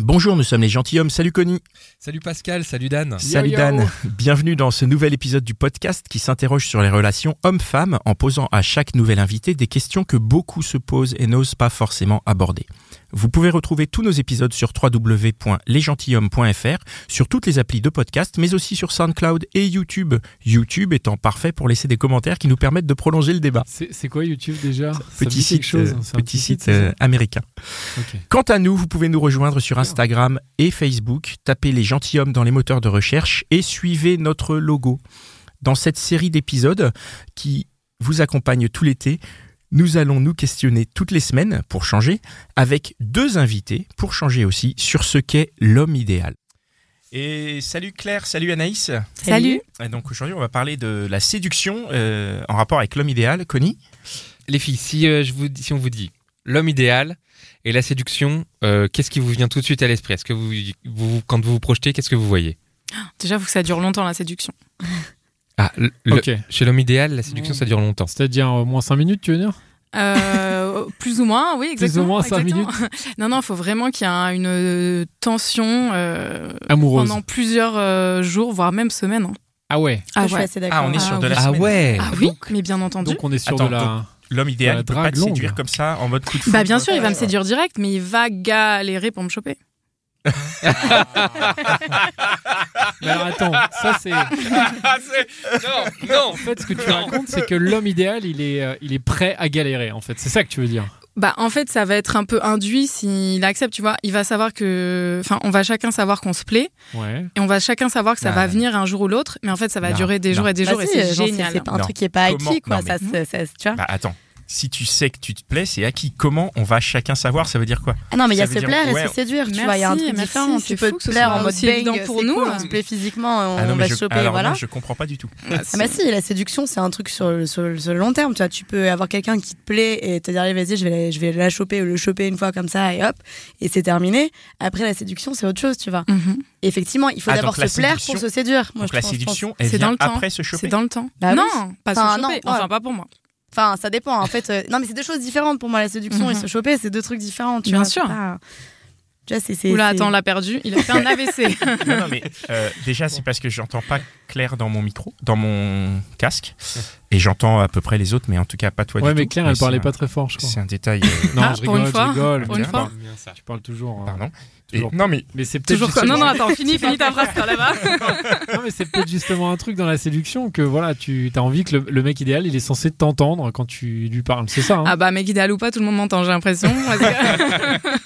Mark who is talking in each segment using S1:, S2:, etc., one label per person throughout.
S1: Bonjour, nous sommes les gentilshommes. Salut Conny.
S2: Salut Pascal, salut Dan.
S1: Salut
S2: Yo, yo.
S1: Dan. Bienvenue dans ce nouvel épisode du podcast qui s'interroge sur les relations hommes-femmes en posant à chaque nouvel invité des questions que beaucoup se posent et n'osent pas forcément aborder. Vous pouvez retrouver tous nos épisodes sur www.lesgentilhommes.fr, sur toutes les applis de podcast, mais aussi sur SoundCloud et YouTube. YouTube étant parfait pour laisser des commentaires qui nous permettent de prolonger le débat.
S2: C'est c'est quoi YouTube déjà Ça me
S1: Petit
S2: dit quelque
S1: site,
S2: chose,
S1: euh,
S2: hein, c'est un
S1: petit site
S2: c'est
S1: euh, américain.
S2: ça Ok.
S1: Quant à nous, vous pouvez nous rejoindre sur Instagram et Facebook, tapez les gentilshommes dans les moteurs de recherche et suivez notre logo. Dans cette série d'épisodes qui vous accompagne tout l'été, nous allons nous questionner toutes les semaines pour changer, avec deux invités pour changer aussi sur ce qu'est l'homme idéal. Et salut Claire, salut Anaïs.
S3: Salut.
S1: Et donc aujourd'hui, on va parler de la séduction euh, en rapport avec l'homme idéal, Connie.
S4: Les filles, si, euh, je vous, si on vous dit l'homme idéal et la séduction, euh, qu'est-ce qui vous vient tout de suite à l'esprit Est-ce que vous, vous- quand vous vous projetez, qu'est-ce que vous voyez
S3: Déjà, faut que ça dure longtemps la séduction.
S4: Ah, le- le-
S2: Ok.
S4: Chez l'homme idéal, la séduction, ça dure longtemps.
S2: C'est-à-dire au moins 5 minutes, tu veux dire
S3: Euh, plus ou moins, oui, exactement.
S2: moins cinq
S3: exactement. Non, non, faut vraiment qu'il y ait un- une euh, tension euh,
S2: Amoureuse.
S3: pendant plusieurs euh, jours, voire même semaines. hein.
S2: Ah ouais.
S3: Ah,
S5: je
S3: ouais.
S5: suis assez
S1: Ah,
S5: d'accord.
S1: on est
S3: Ah
S1: sur de
S3: oui.
S1: la
S4: Ah
S1: semaine.
S4: ouais
S3: Ah oui, mais bien entendu.
S2: Donc on est sur
S1: Attends,
S2: de la.
S1: L'homme
S2: Voilà,
S1: idéal ne peut pas
S2: drague
S1: te séduire
S2: longue.
S1: comme ça, en mode coup de foudre.
S3: Bah bien sûr, il va me séduire direct, mais il va galérer pour me choper.
S2: Mais alors attends, ça c'est. En
S1: Ah,
S4: Non, non
S2: fait, ce que tu racontes, c'est que l'homme idéal, il est, euh, il est prêt à galérer. En fait, c'est ça que tu veux dire.
S3: Bah en fait, ça va être un peu induit s'il accepte, tu vois. Il va savoir que, enfin, on va chacun savoir qu'on se plaît
S2: Ouais.
S3: et on va chacun savoir que ça
S4: Ouais.
S3: va venir un jour ou l'autre, mais en fait, ça va
S1: Non,
S3: durer des
S1: non.
S3: jours et des
S5: Bah
S3: jours et
S5: si,
S3: c'est
S5: euh,
S3: génial.
S5: C'est pas un
S1: Non.
S5: truc qui est pas
S1: Comment-
S5: acquis, quoi.
S1: non, mais-
S5: ça, se- ça se-
S3: Ah.
S5: tu vois.
S1: Bah attends, si tu sais que tu te plais, c'est acquis. Comment on va chacun savoir Ça veut dire quoi
S5: Ah non, mais il y a
S1: ça
S5: se
S1: veut dire-
S5: plaire et
S1: ouais.
S5: se séduire, tu vois. Il y a un
S3: Merci,
S5: truc
S3: merci,
S5: différent.
S3: c'est
S5: Tu peux
S3: fou que
S5: te
S3: ce
S5: plaire
S3: soit
S5: en mode
S3: aussi
S5: bang, euh,
S3: évident
S5: c'est
S3: pour
S5: cool, hein.
S3: nous.
S5: on se plaît physiquement, on,
S1: Ah non,
S5: on
S1: mais
S5: va
S1: je...
S5: se choper,
S1: alors
S5: voilà.
S1: là, je comprends pas du tout.
S5: Ah bah si, la séduction, c'est un truc sur, le- sur, le- sur le long terme, tu vois. Tu peux avoir quelqu'un qui te plaît et te dire, allez, vas-y, je vais, la- je vais la choper ou le choper une fois comme ça et hop, et c'est terminé. Après, la séduction, c'est autre chose, tu vois.
S3: Mhm.
S5: Effectivement, il faut
S1: Ah,
S5: d'abord
S1: donc la
S5: se plaire
S1: séduction-
S5: pour se séduire. Moi,
S1: Donc
S5: je
S1: la
S5: pense- je pense.
S1: séduction, elle
S3: C'est
S1: vient
S3: dans le temps.
S1: après se choper.
S3: C'est dans le temps.
S5: Bah oui.
S3: non, pas
S5: Enfin,
S3: se choper.
S5: non,
S3: Enfin,
S5: ouais.
S3: pas pour moi.
S5: Enfin, ça dépend. En fait, euh, non, mais c'est deux choses différentes pour moi. La séduction et
S3: Mhm.
S5: se choper, c'est deux trucs différents. Tu
S3: Bien
S5: vois, c'est
S3: sûr.
S5: pas- Tu vois, c'est- c'est.
S3: Oula,
S5: c'est-
S3: attends, on l'a perdu. Il a fait un AVC.
S1: Non, non, mais euh, déjà, c'est parce que j'entends pas clair dans mon micro, dans mon casque. Et j'entends à peu près les autres, mais en tout cas, pas toi
S2: Ouais,
S1: du
S2: mais
S1: tout.
S2: Claire, elle
S1: c'est
S2: parlait
S1: un-
S2: pas très fort, je crois.
S1: C'est un détail. euh,
S2: Non,
S3: Ah,
S2: je
S3: pour
S2: rigole,
S3: une fois,
S2: je rigole.
S3: pour une
S2: mais-
S3: fois.
S2: Tu parles toujours. euh,
S1: Pardon. Et-
S2: toujours-
S1: non, mais
S2: Mais c'est peut-être
S3: Toujours quoi. Non,
S2: justement-
S3: non, attends, finis, finis ta phrase par là-bas.
S2: Non, mais c'est peut-être justement un truc dans la séduction que voilà, tu as envie que le, le mec idéal, il est censé t'entendre quand tu lui parles. C'est ça. hein
S3: Ah bah, mec, idéal ou pas, tout le monde m'entend, j'ai l'impression. Parce que-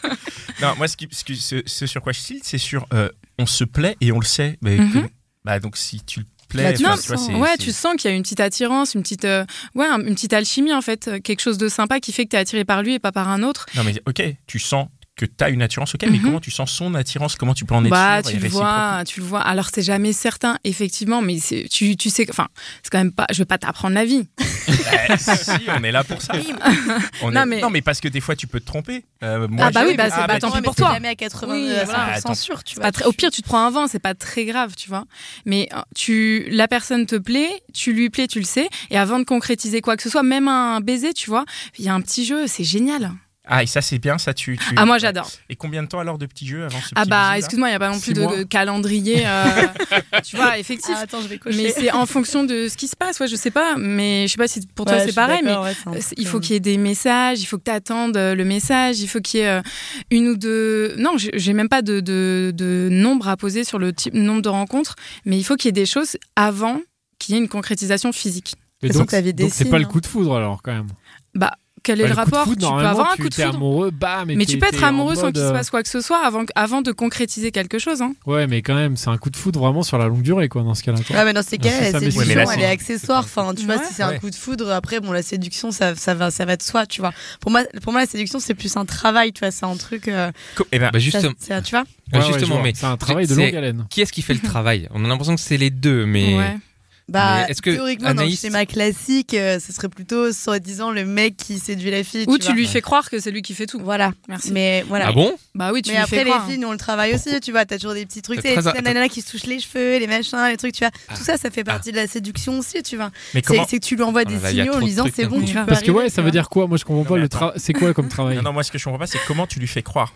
S1: non, moi, ce, qui- ce qui- ce- ce sur quoi je cite, c'est sur euh, on se plaît et on le sait. Mais
S3: Mhm.
S1: que- bah, donc, si tu le plais,
S5: Là, tu
S1: enfin,
S3: le
S1: tu vois, c'est-
S3: ouais,
S1: c'est-
S3: tu sens qu'il y a une petite attirance, une petite, euh, ouais, un- une petite alchimie en fait, euh, quelque chose de sympa qui fait que t'es attiré par lui et pas par un autre.
S1: Non, mais ok, tu sens que tu as une attirance, ok, mais
S3: Mhm.
S1: comment tu sens son attirance Comment tu peux en être
S3: bah,
S1: sûr
S3: tu
S1: et
S3: le
S1: réciproque
S3: vois, tu le vois. Alors c'est jamais certain, effectivement, mais c'est- tu, tu sais, que- enfin, c'est quand même pas. Je vais pas t'apprendre la vie.
S1: Bah, si, on est là pour ça. On est- non,
S3: Non,
S1: mais...
S3: mais-
S1: parce que des fois, tu peux te tromper. Euh, moi,
S3: Ah bah
S1: je-
S3: oui, bah, c'est- bah,
S1: tu-
S3: tant
S5: Ouais,
S3: pis
S5: mais
S3: pour
S5: t'es
S3: toi.
S5: jamais à euh, 80,
S3: Oui,
S5: à
S3: voilà.
S5: 100%
S1: Attends.
S5: sûr, tu
S3: C'est
S5: vois.
S3: pas très- au pire, tu te prends un vent, c'est pas très grave, tu vois. Mais euh, tu, la personne te plaît, tu lui plais, tu le sais. Et avant de concrétiser quoi que ce soit, même un baiser, tu vois, il y a un petit jeu, c'est génial.
S1: Ah, et ça, c'est bien, ça, tu, tu-
S3: Ah, moi, j'adore.
S1: Et combien de temps alors de petits jeux avant ce
S3: Ah
S1: petit
S3: bah,
S1: bisou-là
S3: excuse-moi, il n'y a pas non plus
S1: Six
S3: de
S1: mois.
S3: de calendrier, euh, tu vois, effectif.
S5: Ah, attends, je vais cocher.
S3: mais c'est en fonction de ce qui se passe, ouais, je sais pas. Mais je sais pas si pour toi
S5: Ouais, je
S3: c'est
S5: suis
S3: pareil, mais
S5: d'accord, ouais, c'est un
S3: Euh, c'est-
S5: truc,
S3: Il faut
S5: euh,
S3: qu'il y ait des messages, il faut que tu attendes le message, il faut qu'il y ait euh, une ou deux. Non, j'ai- j'ai même pas de, de, de nombre à poser sur le type, nombre de rencontres, mais il faut qu'il y ait des choses avant qu'il y ait une concrétisation physique.
S2: Mais
S5: Parce
S2: donc,
S5: que t'avais des
S3: hein.
S2: donc c'est pas
S5: signes,
S2: le coup de foudre alors quand même.
S3: quel
S2: Bah, coup
S3: est le,
S2: de
S3: rapport
S2: foudre,
S3: Tu peux
S2: normalement,
S3: avoir un
S2: tu-
S3: coup de
S2: t'es
S3: foudre.
S2: amoureux, bam. et
S3: Mais tu
S2: t'es-
S3: peux être
S2: t'es en
S3: amoureux sans
S2: mode,
S3: qu'il se
S2: euh,
S3: passe quoi que ce soit avant, avant de concrétiser quelque chose. Hein.
S2: Ouais, mais quand même, c'est un coup de foudre vraiment sur la longue durée, quoi, dans ce cas-là. quoi.
S5: Ah mais dans ces
S2: Non, c'est
S5: cas-là,
S2: ça,
S5: la
S2: mais
S5: séduction
S2: c'est-
S4: Ouais, mais là,
S5: elle
S4: c'est-
S5: est accessoire.
S4: c'est pas-
S5: Enfin, tu vois,
S3: Ouais.
S5: si c'est un
S4: Ouais.
S5: coup de foudre, après bon, la séduction, ça, ça va, ça va de soi, tu vois. Pour moi, pour moi, la séduction, c'est plus un travail, tu vois. C'est un truc, euh,
S1: Co- eh ben,
S4: Bah,
S5: ça-
S4: justement, euh,
S5: c'est- tu vois.
S2: Ouais, ouais, je
S4: justement
S2: vois.
S4: mais
S2: C'est un travail de
S4: c'est-
S2: longue haleine.
S4: qui est-ce qui fait le travail On a l'impression que c'est les deux, mais.
S3: Ouais.
S5: Bah,
S4: Mais est-ce que,
S5: théoriquement,
S4: Anaïs-
S5: dans le schéma classique, euh, ce serait plutôt soi-disant le mec qui séduit la fille.
S3: Ou
S5: tu
S3: tu
S5: vois.
S3: lui fais croire que c'est lui qui fait tout. Voilà. Merci.
S5: Mais voilà.
S4: Ah bon
S3: Bah oui, tu
S5: mais
S3: lui
S5: après,
S3: fais
S5: les
S3: croire.
S5: filles, nous, on le travaille aussi, tu vois. T'as toujours des petits trucs,
S4: C'est
S5: tu sais, les
S4: très- Ah.
S5: petites nanas qui se touchent les cheveux, les machins, les trucs, tu vois. Tout ça, ça fait partie de la séduction aussi, tu vois.
S1: mais
S5: C'est
S1: comment
S5: c'est que tu lui envoies
S4: Oh
S5: des
S4: là là, il y a
S5: signaux en
S4: trop
S5: lui
S4: de
S5: disant
S4: trucs
S5: c'est
S4: d'un
S5: bon,
S3: coup.
S5: tu peux
S2: Parce que
S5: arriver,
S2: ouais,
S5: tu
S2: ça veut
S5: vois.
S2: dire quoi Moi, je comprends
S1: Non,
S2: pas
S1: mais
S2: le
S1: attends.
S2: travail. C'est quoi comme travail
S1: Non, non, moi ce que je comprends pas, c'est comment tu lui fais croire.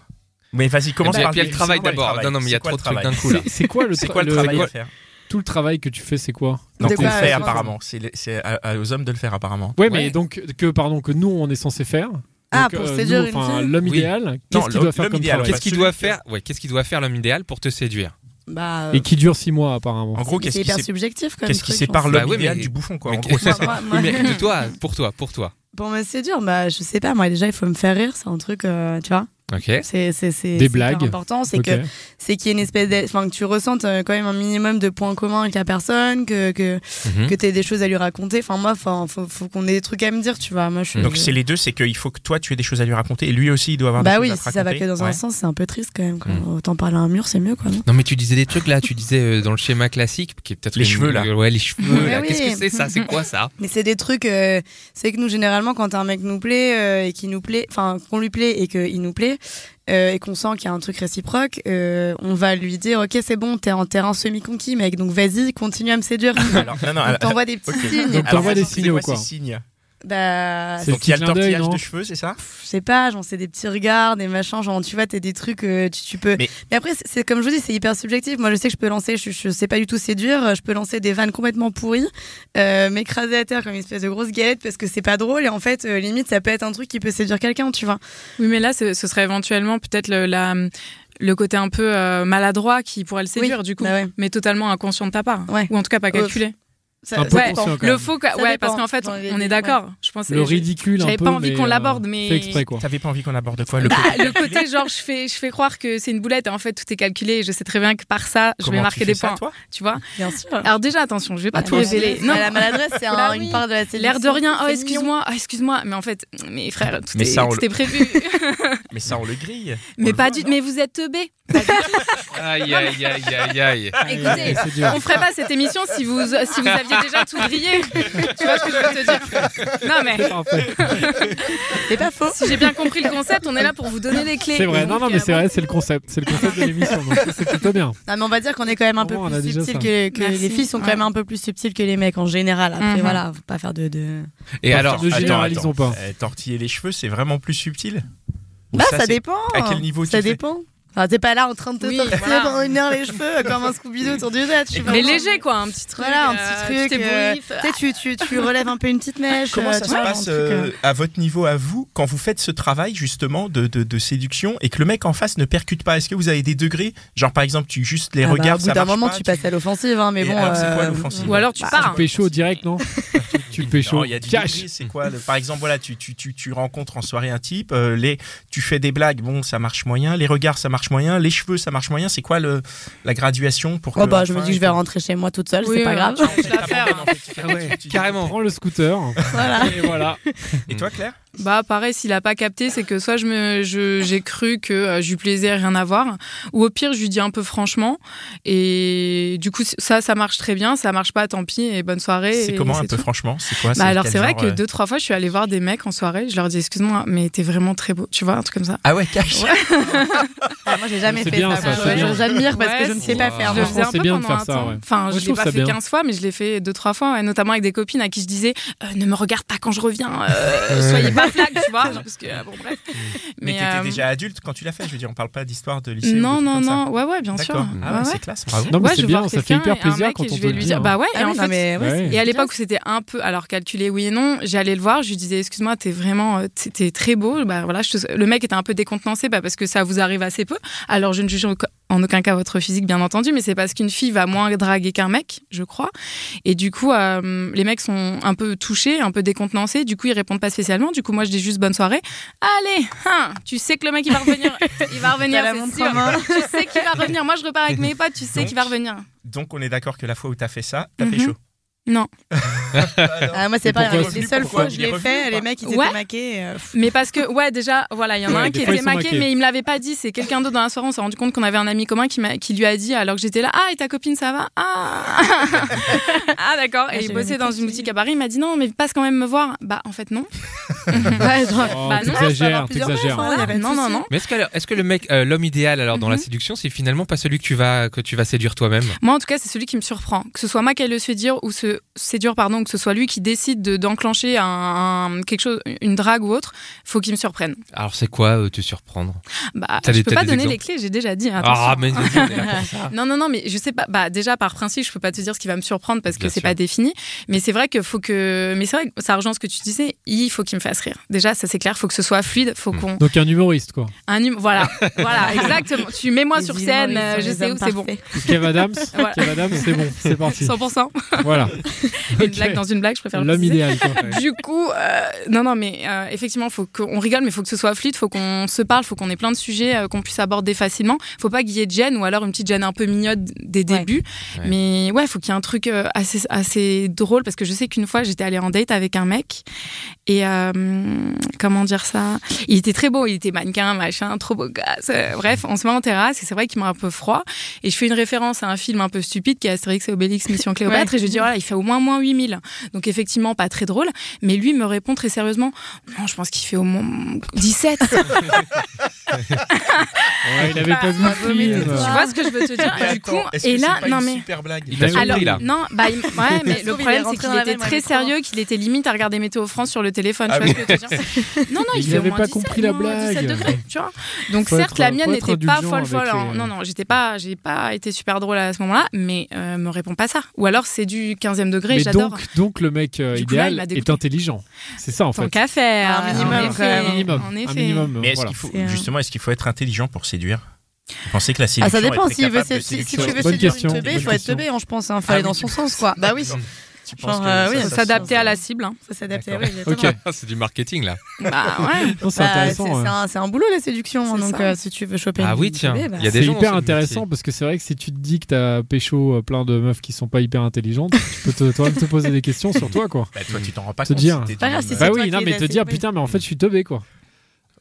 S1: Mais vas-y,
S4: Comment
S1: commence par
S4: puis Eh ben, il y a le
S1: lui-
S4: travail
S1: c'est quoi
S4: d'abord.
S1: travail
S4: Non, non, mais il y a
S1: C'est quoi
S4: trop de
S1: le
S4: trucs d'un
S1: travail
S4: coup là.
S2: C'est- C'est quoi le,
S1: C'est
S2: tra-
S1: quoi le
S2: le-
S1: travail
S4: quoi-
S1: à faire
S2: Tout le travail que tu fais, c'est quoi
S1: Donc
S5: De
S1: on
S5: quoi,
S1: fait
S5: euh,
S1: apparemment. C'est le- C'est à, à- aux hommes de le faire apparemment.
S2: Ouais, mais
S4: Ouais.
S2: donc que pardon que nous on est censé faire.
S5: Ah,
S2: Donc,
S5: pour
S2: euh,
S5: séduire
S2: nous,
S5: une
S2: enfin,
S5: fille.
S2: L'homme
S4: Oui.
S2: idéal.
S1: Non,
S2: Qu'est-ce qu'il doit
S1: l'homme
S2: faire comme
S1: idéal,
S2: travail
S4: Qu'est-ce qu'il
S1: Absolument.
S4: doit faire Ouais, qu'est-ce qu'il doit faire l'homme idéal pour te séduire
S5: Bah,
S3: euh,
S2: Et qui dure six mois apparemment.
S1: En gros, qu'est-ce
S5: c'est
S1: qui
S5: hyper
S1: sép-
S5: subjectif quand même.
S1: qu'est-ce qui sépare
S4: Bah
S1: l'homme
S4: oui, mais-
S1: idéal du bouffon quoi
S4: mais
S1: En gros, c'est ça.
S4: Oui, mais de toi, pour toi, pour toi.
S5: Pour me séduire, bah, je sais pas, moi déjà, il faut me faire rire, c'est un truc, euh, tu vois.
S4: Ok.
S5: C'est c'est- c'est-
S2: Des
S5: c'est hyper
S2: blagues.
S5: important, c'est
S2: Ok.
S5: que c'est qu'il y ait une espèce de, enfin que tu ressentes euh, quand même un minimum de points communs avec la personne, que que,
S4: Mhm.
S1: Mmh.
S5: que t'aies des choses à lui raconter. Enfin moi, faut faut, faut qu'on ait des trucs à me dire, tu vois. Moi je suis.
S1: Donc c'est les deux, c'est qu'il faut que toi tu aies des choses à lui raconter et lui aussi il doit avoir
S5: bah
S1: des
S5: oui,
S1: choses à
S5: si
S1: te
S5: ça va
S1: raconter.
S5: que dans un
S1: Ouais. Mmh.
S5: sens, c'est un peu triste quand même. quoi. Autant parler à un mur, c'est mieux quoi. non
S4: Non mais tu disais des trucs là, tu disais euh, dans le schéma classique qui est peut-être
S1: Les
S4: une-
S1: cheveux, là.
S4: euh, Ouais, les cheveux
S5: Mais
S4: là.
S5: oui.
S4: Qu'est-ce que c'est ça C'est quoi ça
S5: Mais c'est des trucs, euh, c'est que nous généralement quand un mec nous plaît euh, et qu'il nous plaît, enfin qu'on lui plaît et qu'il nous plaît euh, et qu'on sent qu'il y a un truc réciproque, euh, on va lui dire ok c'est bon, t'es en terrain semi-conquis mec, donc vas-y continue à me séduire.
S1: Alors, non, non,
S5: On
S1: alors-
S5: t'envoie des petits
S1: Ah, ok.
S5: signes.
S2: Donc,
S1: Alors,
S2: t'envoies des
S1: c'est
S2: signaux,
S1: quoi,
S2: quoi.
S1: ces signes
S5: Bah
S2: C'est le
S1: Donc il y a
S2: petit
S1: le
S2: clin d'œil,
S1: tortillage
S2: non
S1: de cheveux, c'est ça
S5: je sais pas, j'en sais des petits regards, des machins, genre tu vois, t'as des trucs, euh, tu, tu peux.
S1: Mais-
S5: Mais, après, c'est- c'est comme je vous dis, c'est hyper subjectif. Moi, je sais que je peux lancer, je, je sais pas du tout séduire, euh, je peux lancer des vannes complètement pourries, euh, m'écraser à terre comme une espèce de grosse galette parce que c'est pas drôle et en fait, euh, limite, ça peut être un truc qui peut séduire quelqu'un, tu vois.
S3: Oui, mais là, ce ce serait éventuellement peut-être le, la- le côté un peu euh, maladroit qui pourrait le séduire,
S5: Oui,
S3: du coup.
S5: bah ouais.
S3: Mais totalement inconscient de ta part.
S5: Ouais.
S3: Ou en tout cas pas
S5: Euh,
S3: calculé.
S5: Ça,
S2: Un peu
S5: ça dépend.
S2: conscient, quand
S3: le
S2: même.
S3: faux, ca-
S5: Ça
S3: ouais,
S5: dépend
S3: parce qu'en fait,
S5: dans les
S3: on est
S5: ridicules,
S3: d'accord. Je pense.
S2: Le
S3: je-
S2: ridicule un peu.
S3: j'avais pas envie
S2: mais,
S3: qu'on
S2: euh,
S3: l'aborde, mais-
S2: Fait exprès quoi.
S1: T'avais pas envie qu'on aborde quoi le
S3: Bah,
S1: côté
S3: le côté genre je fais je fais croire que c'est une boulette et en fait tout est calculé et je sais très bien que par ça je
S1: Comment
S3: vais
S1: tu
S3: marquer
S1: fais
S3: des
S1: ça,
S3: points
S1: toi
S3: tu vois
S5: Bien sûr.
S3: alors déjà attention je vais pas
S5: Bah,
S3: tout
S5: toi aussi.
S3: révéler
S5: Ah, la maladresse, c'est un-
S3: Bah oui.
S5: une part de la séduction.
S3: l'air de rien oh
S5: C'est
S3: excuse-moi ah, excuse-moi mais en fait mes frères tout
S1: Mais
S3: est-
S1: ça, on
S3: tout
S1: le-
S3: est prévu
S1: Mais ça on le grille. On
S3: mais
S1: le
S3: pas
S1: voit,
S3: du
S1: non
S3: mais vous êtes teubés
S4: Aïe aïe aïe aïe aïe.
S5: Ah,
S3: Écoutez,
S2: c'est dur.
S3: on ferait pas cette émission si vous, si vous aviez déjà tout grillé. Tu vois ce que je veux te dire Non, mais
S2: Parfait.
S5: mignon. C'est pas faux.
S3: si j'ai bien compris le concept, on est là pour vous donner les clés.
S2: C'est vrai.
S3: Donc,
S2: Non non mais
S3: euh,
S2: c'est vrai, c'est le concept, c'est le concept de l'émission. donc ça, C'est plutôt bien.
S5: Non, mais on va dire qu'on est quand même un peu
S2: Au moins, on a
S5: plus
S2: déjà
S5: subtil
S2: ça.
S5: que, que
S3: Merci.
S5: les filles sont quand
S3: Ouais.
S5: même un peu plus subtiles que les mecs en général. Après,
S3: Mhm.
S5: voilà, faut pas faire de. de...
S4: Et alors
S2: Ne généralisons
S1: attends.
S2: pas.
S1: Euh, tortiller les cheveux, c'est vraiment plus subtil Ou
S5: Bah, ça,
S1: c'est-
S5: dépend.
S1: À quel niveau
S5: Ça
S1: tu fais
S5: dépend. Enfin, t'es pas là en train de te
S3: Oui,
S5: tortiller
S3: voilà.
S5: pendant une heure les cheveux comme un Scooby-Doo autour du jet. tu vois.
S3: Mais léger, quoi, un petit truc.
S5: Voilà, un
S3: euh,
S5: petit
S3: tu
S5: truc. euh,
S3: t'ébouiffes.
S5: tu sais, tu, tu, tu relèves un peu une petite mèche.
S1: Comment
S5: euh,
S1: ça
S5: tu
S1: se
S5: vois,
S1: passe
S5: un truc, euh,
S1: euh, à votre niveau, à vous, quand vous faites ce travail justement de, de- de séduction et que le mec en face ne percute pas Est-ce que vous avez des degrés Genre par exemple, tu juste les
S5: ah bah,
S1: regardes,
S5: Au bout
S1: ça
S5: d'un
S1: marche
S5: moment,
S1: pas,
S5: tu passes à l'offensive, hein, mais
S1: Et
S5: bon.
S1: alors, c'est quoi
S5: euh,
S1: l'offensive
S3: Ou alors tu
S5: Bah,
S3: pars.
S2: Tu Pécho direct non Tu tu pécho.
S1: Non, il y a du
S2: Cash.
S1: degré, c'est quoi le- Par exemple, voilà, tu, tu, tu, tu rencontres en soirée un type, euh, les, tu fais des blagues, bon, ça marche moyen, les regards, ça marche moyen, les cheveux, ça marche moyen. C'est quoi le, la graduation pour que,
S5: Oh bah, je me
S1: enfin,
S5: dis que je vais rentrer chez moi toute seule,
S3: Oui,
S5: c'est pas
S3: oui,
S5: grave.
S3: oui. Je vais la faire.
S1: t'abandonnes, en fait.
S4: Ah ouais,
S1: Tu- tu-
S4: carrément.
S2: Prends le scooter.
S3: Ah.
S5: Voilà.
S2: Et voilà.
S1: Et toi, Claire
S3: Bah pareil, s'il a pas capté, c'est que soit je me, je- j'ai cru que euh, je lui plaisais, rien à voir, ou au pire je lui dis un peu franchement, et du coup ça, ça marche très bien, ça marche pas, tant pis, et bonne soirée.
S1: C'est
S3: et
S1: comment un peu
S3: tout.
S1: franchement C'est quoi
S3: Bah alors
S1: quel
S3: c'est vrai
S1: genre,
S3: que
S1: euh,
S3: deux trois fois je suis allée voir des mecs en soirée, je leur dis excuse-moi mais t'es vraiment très beau, tu vois un truc comme ça.
S1: Ah ouais, cash.
S5: Ah, Moi, j'ai jamais
S2: C'est
S5: fait
S2: bien,
S5: ça.
S3: ça,
S5: quoi.
S3: c'est bien.
S5: J'admire parce
S3: Ouais,
S5: que je ne sais pas
S4: c'est-
S5: faire.
S3: je le
S5: moi.
S2: pense
S3: faisais un
S2: que c'est
S3: peu
S2: bien de
S3: pendant
S2: faire
S3: un
S2: ça,
S3: temps.
S2: ouais.
S3: Enfin
S2: Moi,
S3: je,
S2: je
S3: l'ai
S2: trouve
S3: pas
S2: ça
S3: fait
S2: bien.
S3: 15 fois mais je l'ai fait deux trois fois, ouais, notamment avec des copines à qui je disais euh, ne me regarde pas quand je reviens, euh, soyez pas flag, tu vois, genre, parce que euh, bon bref.
S1: Mais, t'étais
S3: euh,
S1: déjà adulte quand tu l'as fait. Je veux dire, on parle pas d'histoire de lycée. ou de
S3: non
S1: trucs
S3: non
S1: comme ça.
S3: non, ouais ouais bien sûr.
S1: D'accord. Ah ouais,
S3: Ouais, ouais.
S1: c'est classe. Bravo.
S2: Non mais
S3: Ouais, je
S2: c'est
S3: vais
S2: bien,
S3: voir
S2: ça fait
S3: quelqu'un
S2: hyper
S3: et un
S2: plaisir
S3: mec
S2: quand
S3: et
S2: on
S3: je
S2: peut
S3: vais
S2: le hein.
S3: lui dire.
S2: dire.
S3: Bah ouais,
S5: Ah
S3: et
S5: oui,
S3: en
S5: non,
S3: fait,
S5: mais ouais,
S2: Ouais.
S5: c'est-
S3: et à l'époque où c'était un peu alors calculé oui et non, j'allais le voir, je lui disais excuse-moi, t'es vraiment euh, t'es- t'es très beau. Bah voilà, je te- le mec était un peu décontenancé bah, parce que ça vous arrive assez peu. Alors je ne juge en aucun cas votre physique, bien entendu, mais c'est parce qu'une fille va moins draguer qu'un mec, je crois. Et du coup, euh, les mecs sont un peu touchés, un peu décontenancés. Du coup, ils répondent pas spécialement. Du coup, moi, je dis juste bonne soirée. Allez, hein, tu sais que le mec, il va revenir. Il va revenir,
S5: T'as la
S3: c'est
S5: montre
S3: sûr.
S5: en main.
S3: Tu sais qu'il va revenir. Moi, je repars avec mes potes. Tu sais qu'il va revenir.
S1: Donc on est d'accord que la fois où t'as fait ça, t'as
S3: Mhm.
S1: pécho.
S3: Non.
S5: Ah, moi, c'est pas
S2: pourquoi
S5: les
S1: aussi
S5: seules
S1: Pourquoi
S5: fois que je
S1: Il est
S5: l'ai
S1: revenu ou
S5: fait,
S1: pas
S5: les mecs, ils
S3: Ouais.
S5: étaient maqués. euh, pff.
S3: Mais parce que, ouais, déjà, voilà, il y en a
S2: Ouais,
S3: un
S2: des
S3: qui
S2: fois,
S3: était
S2: ils sont
S3: maqué,
S2: maqués.
S3: mais il me l'avait pas dit. C'est quelqu'un d'autre dans la soirée. On s'est rendu compte qu'on avait un ami commun qui, m'a- qui lui a dit, alors que j'étais là, ah, et ta copine, ça va Ah, ah d'accord.
S5: Ah,
S3: Et il
S5: j'avais
S3: bossait
S5: même
S3: dans
S5: pas
S3: une
S5: dit.
S3: boutique à Paris. Il m'a dit, non, mais passe quand même me voir. Bah, en fait, non.
S5: Ouais, genre,
S2: Oh,
S3: Bah non,
S2: t'exagères,
S5: je peux avoir plusieurs
S2: t'exagères.
S5: meufs, hein.
S3: Voilà.
S5: y a pas de
S3: Non, non,
S5: souci.
S3: non.
S4: Mais est-ce que, alors- est-ce que le mec, euh, l'homme idéal alors dans la
S3: Mhm.
S4: séduction, c'est finalement pas celui que tu vas que tu vas séduire toi-même
S3: Moi, en tout cas, c'est celui qui me surprend. Que ce soit moi qui aille le séduire ou se séduire, pardon, que ce soit lui qui décide de- d'enclencher un, un- quelque chose, une drague ou autre, faut qu'il me surprenne.
S4: Alors c'est quoi euh, te surprendre
S3: Bah,
S4: T'as
S3: je
S4: des-
S3: peux
S4: t'as
S3: pas
S4: des
S3: donner les
S4: exemples
S3: clés, j'ai déjà dit. hein, attention.
S4: Ah mais on est là pour ça.
S3: Non, non, non, mais je sais pas. Bah, déjà, par principe, je peux pas te dire ce qui va me surprendre parce que
S4: Bien
S3: c'est
S4: sûr.
S3: pas défini. Mais c'est vrai que faut que. Mais c'est vrai que ça rejoint ce que tu disais. Il faut qu'il me fasse rire. Déjà, ça c'est clair. Faut que ce soit fluide. Faut
S4: Hmm.
S3: qu'on.
S2: Donc un humoriste quoi.
S3: Un hum- Voilà. voilà, exactement. Tu mets-moi
S5: Les
S3: sur
S5: humoristes
S3: scène.
S5: sont
S3: euh, Je
S5: les
S3: sais où
S5: hommes
S3: c'est bon.
S5: parfaits.
S2: Kev Adams,
S3: Voilà.
S2: Kev Adams, c'est bon, c'est parti.
S3: 100%.
S2: Voilà.
S3: Une blague dans une blague, je préfère le
S2: L'homme
S3: préciser.
S2: idéal quoi.
S3: Du coup, euh, non, non, mais euh, effectivement, faut qu'on rigole, mais faut que ce soit fluide, faut qu'on se parle, faut qu'on ait plein de sujets euh, qu'on puisse aborder facilement. Faut pas qu'il y ait de gêne ou alors une petite gêne un peu mignonne des
S5: Ouais.
S3: débuts.
S4: Ouais.
S3: Mais ouais, faut qu'il y ait un truc euh, assez, assez drôle parce que je sais qu'une fois, j'étais allée en date avec un mec et euh, comment dire ça Il était très beau, il était mannequin, machin, trop beau gosse. euh, bref, on se met en terrasse et c'est vrai qu'il m'a un peu froid. Et je fais une référence à un film un peu stupide qui est Astérix et Obélix Mission Cléopâtre et je dis voilà, il fait au moins moins 8000. Donc effectivement pas très drôle, mais lui me répond très sérieusement "Non, je pense qu'il fait au moins 17." tu
S2: Ouais, il avait pas vu le
S5: Bravo, mais
S2: film.
S5: dis-toi.
S3: Ah, vois ce que je veux te dire
S1: Mais
S3: Ah, Du coup,
S1: attends, est-ce que
S3: et
S1: c'est
S3: là
S1: pas
S3: non
S1: une
S3: mais
S1: super blague.
S4: Il t'a
S2: Alors,
S4: surpris là.
S3: non, bah, il- ouais, mais
S5: trouve, il
S3: le
S5: est
S3: problème, c'est
S5: rentré
S3: qu'il
S5: dans la
S3: était
S5: vanne, moi,
S3: très
S5: je crois.
S3: sérieux, qu'il était limite à regarder Météo France sur le téléphone.
S1: Ah
S3: tu vois
S1: oui.
S3: ce que je veux te dire Non, non, il,
S2: Il
S3: fait au
S2: avait
S3: moins
S2: pas
S3: 17,
S2: compris la
S3: non, 17
S2: blague.
S3: degrés, tu vois. Donc,
S2: Faut
S3: certes,
S2: être-
S3: la mienne
S2: faut être
S3: n'était pas
S2: indulgent
S3: folle, folle.
S2: avec euh,
S3: hein.
S2: les-
S3: Non, non, j'étais pas, j'ai pas été super drôle à ce moment-là, mais euh, me réponds pas ça. Ou alors, c'est du 15e degré,
S2: Mais
S3: j'adore.
S2: donc, donc le mec euh,
S3: Du coup, là, il
S2: idéal
S3: m'a
S2: est
S3: dégoûté.
S2: intelligent. C'est ça en
S3: Tant
S2: fait.
S3: qu'à faire.
S5: Un
S2: Un
S5: minimum,
S3: en
S2: minimum,
S3: effet,
S2: un minimum.
S3: En
S2: Un
S3: effet.
S2: minimum.
S1: Mais est-ce
S2: voilà.
S1: qu'il faut
S5: C'est un-
S1: justement est-ce qu'il faut être intelligent pour séduire Vous pensez que la
S5: Ah,
S1: séduction
S5: ça dépend.
S1: est
S5: Si,
S1: capable de
S5: si, si
S1: séduction
S5: tu veux
S2: Bonne
S5: séduire
S2: question,
S5: une teubée, il faut
S2: bonne
S5: être
S2: question.
S5: teubé, hein, je pense. Il
S1: Ah
S5: fallait
S1: oui,
S5: dans
S1: tu
S5: son
S1: penses-
S5: sens, quoi. Bah oui,
S1: Genre, tu penses
S5: Genre,
S1: que
S5: euh, oui,
S1: ça-
S3: Faut
S5: ça-
S3: Ah s'adapter à la cible. hein.
S5: ça s'adaptait.
S4: D'accord.
S5: oui, exactement.
S2: Ok.
S4: Ah, c'est du marketing là.
S3: Bah ouais.
S2: Non, C'est
S5: Bah,
S2: intéressant. hein.
S5: c'est un, c'est un boulot la séduction, hein,
S3: C'est
S5: donc
S3: ça.
S5: euh, si tu veux choper
S4: Ah
S5: une
S4: oui, tiens.
S5: teubée, bah,
S4: Il y a des
S2: C'est
S4: gens dans
S2: hyper
S4: ce
S2: intéressant
S4: métier.
S2: parce que c'est vrai que si tu te dis que t'as pécho euh, plein de meufs qui sont pas hyper intelligentes, tu peux te- toi-même te poser des questions sur toi quoi.
S1: Bah, toi, tu t'en rends pas
S2: Te
S1: compte.
S2: dire.
S1: si t'es
S5: Pas
S1: dans
S5: grave,
S1: une-
S5: si c'est
S2: Bah
S5: toi
S2: oui,
S5: qui
S2: non
S5: les
S2: mais
S5: as
S2: te dire
S5: séduits.
S2: putain mais en fait je suis teubé quoi.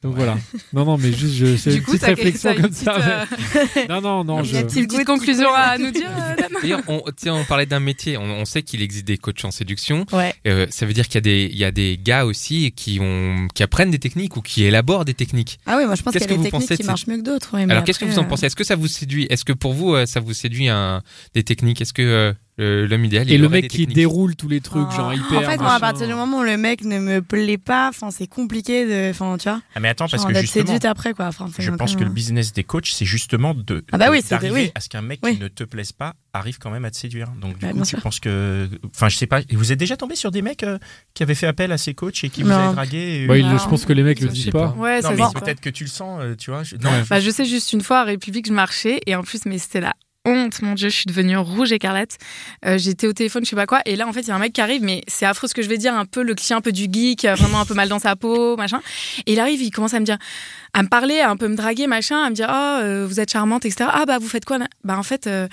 S2: Donc
S1: Ouais.
S2: voilà. Non non mais juste je, c'est
S3: Du
S2: une
S3: coup,
S2: petite
S3: t'as quelque-
S2: réflexion
S3: t'as une
S2: comme
S3: petite,
S2: ça. mais-
S3: euh,
S2: Non non non je.
S5: y a-t-il-
S3: petite conclusion à nous dire. euh, Dan
S4: D'ailleurs, on, tiens, on parlait d'un métier. On, on sait qu'il existe des coachs en séduction.
S5: Ouais.
S4: Euh, ça veut dire qu'il y a des, il y a des gars aussi qui ont, qui apprennent des techniques ou qui élaborent des techniques.
S5: Ah oui, moi je pense qu'il
S4: Qu'est-ce
S5: y a
S4: que
S5: des
S4: vous
S5: techniques
S4: pensez de
S5: qui
S4: ces-
S5: marchent mieux que d'autres. oui, mais
S4: Alors, qu'est-ce que
S5: après,
S4: vous en
S5: euh,
S4: pensez Est-ce que ça vous séduit Est-ce que pour vous, euh, ça vous séduit un, des techniques Est-ce que euh, le- l'homme idéal il
S2: Et le
S4: aurait
S2: mec
S4: des
S2: qui
S4: techniques
S2: déroule tous les trucs
S5: Ah.
S2: genre hyper.
S5: En fait, moi, à
S2: machin. euh
S5: partir du moment où le mec ne me plaît pas, enfin, c'est compliqué de. Enfin, tu vois,
S1: Ah, mais attends, parce
S5: genre,
S1: que
S5: d'être
S1: justement,
S5: séduite après, quoi. Enfin, c'est
S1: je
S5: un
S1: pense
S5: peu-
S1: que le business des coachs, c'est justement de
S5: Ah bah oui,
S1: de-
S5: c'est-
S1: d'arriver
S5: oui.
S1: à ce qu'un mec
S5: Oui.
S1: qui ne te plaise pas arrive quand même à te séduire. Donc du
S5: Bah,
S1: coup,
S5: bien
S1: tu
S5: sûr.
S1: penses que, enfin, je sais pas. Vous êtes déjà tombé sur des mecs euh, qui avaient fait appel à ces coachs et qui vous
S5: Non.
S1: avaient dragué et-
S2: Bah, il-
S3: Non.
S2: je pense que les mecs le
S4: Je
S2: disent
S4: sais
S2: pas.
S4: pas.
S3: Ouais,
S1: Non,
S3: ça
S1: mais
S3: se dit pas.
S1: peut-être que tu le sens, euh, tu vois. je- Non,
S2: Ouais.
S1: je-
S3: Bah, je sais juste une fois à République, je marchais et en plus, mais c'était la honte, mon dieu, je suis devenue rouge écarlate. Euh, J'étais au téléphone, je sais pas quoi, et là en fait, il y a un mec qui arrive, mais c'est affreux ce que je vais dire, un peu le client, un peu du geek, euh, vraiment un peu mal dans sa peau, machin. Et il arrive, il commence à me dire, à me parler, à un peu me draguer, machin, à me dire, oh, euh, vous êtes charmante, etc. Ah bah, vous faites quoi là Bah en fait, euh,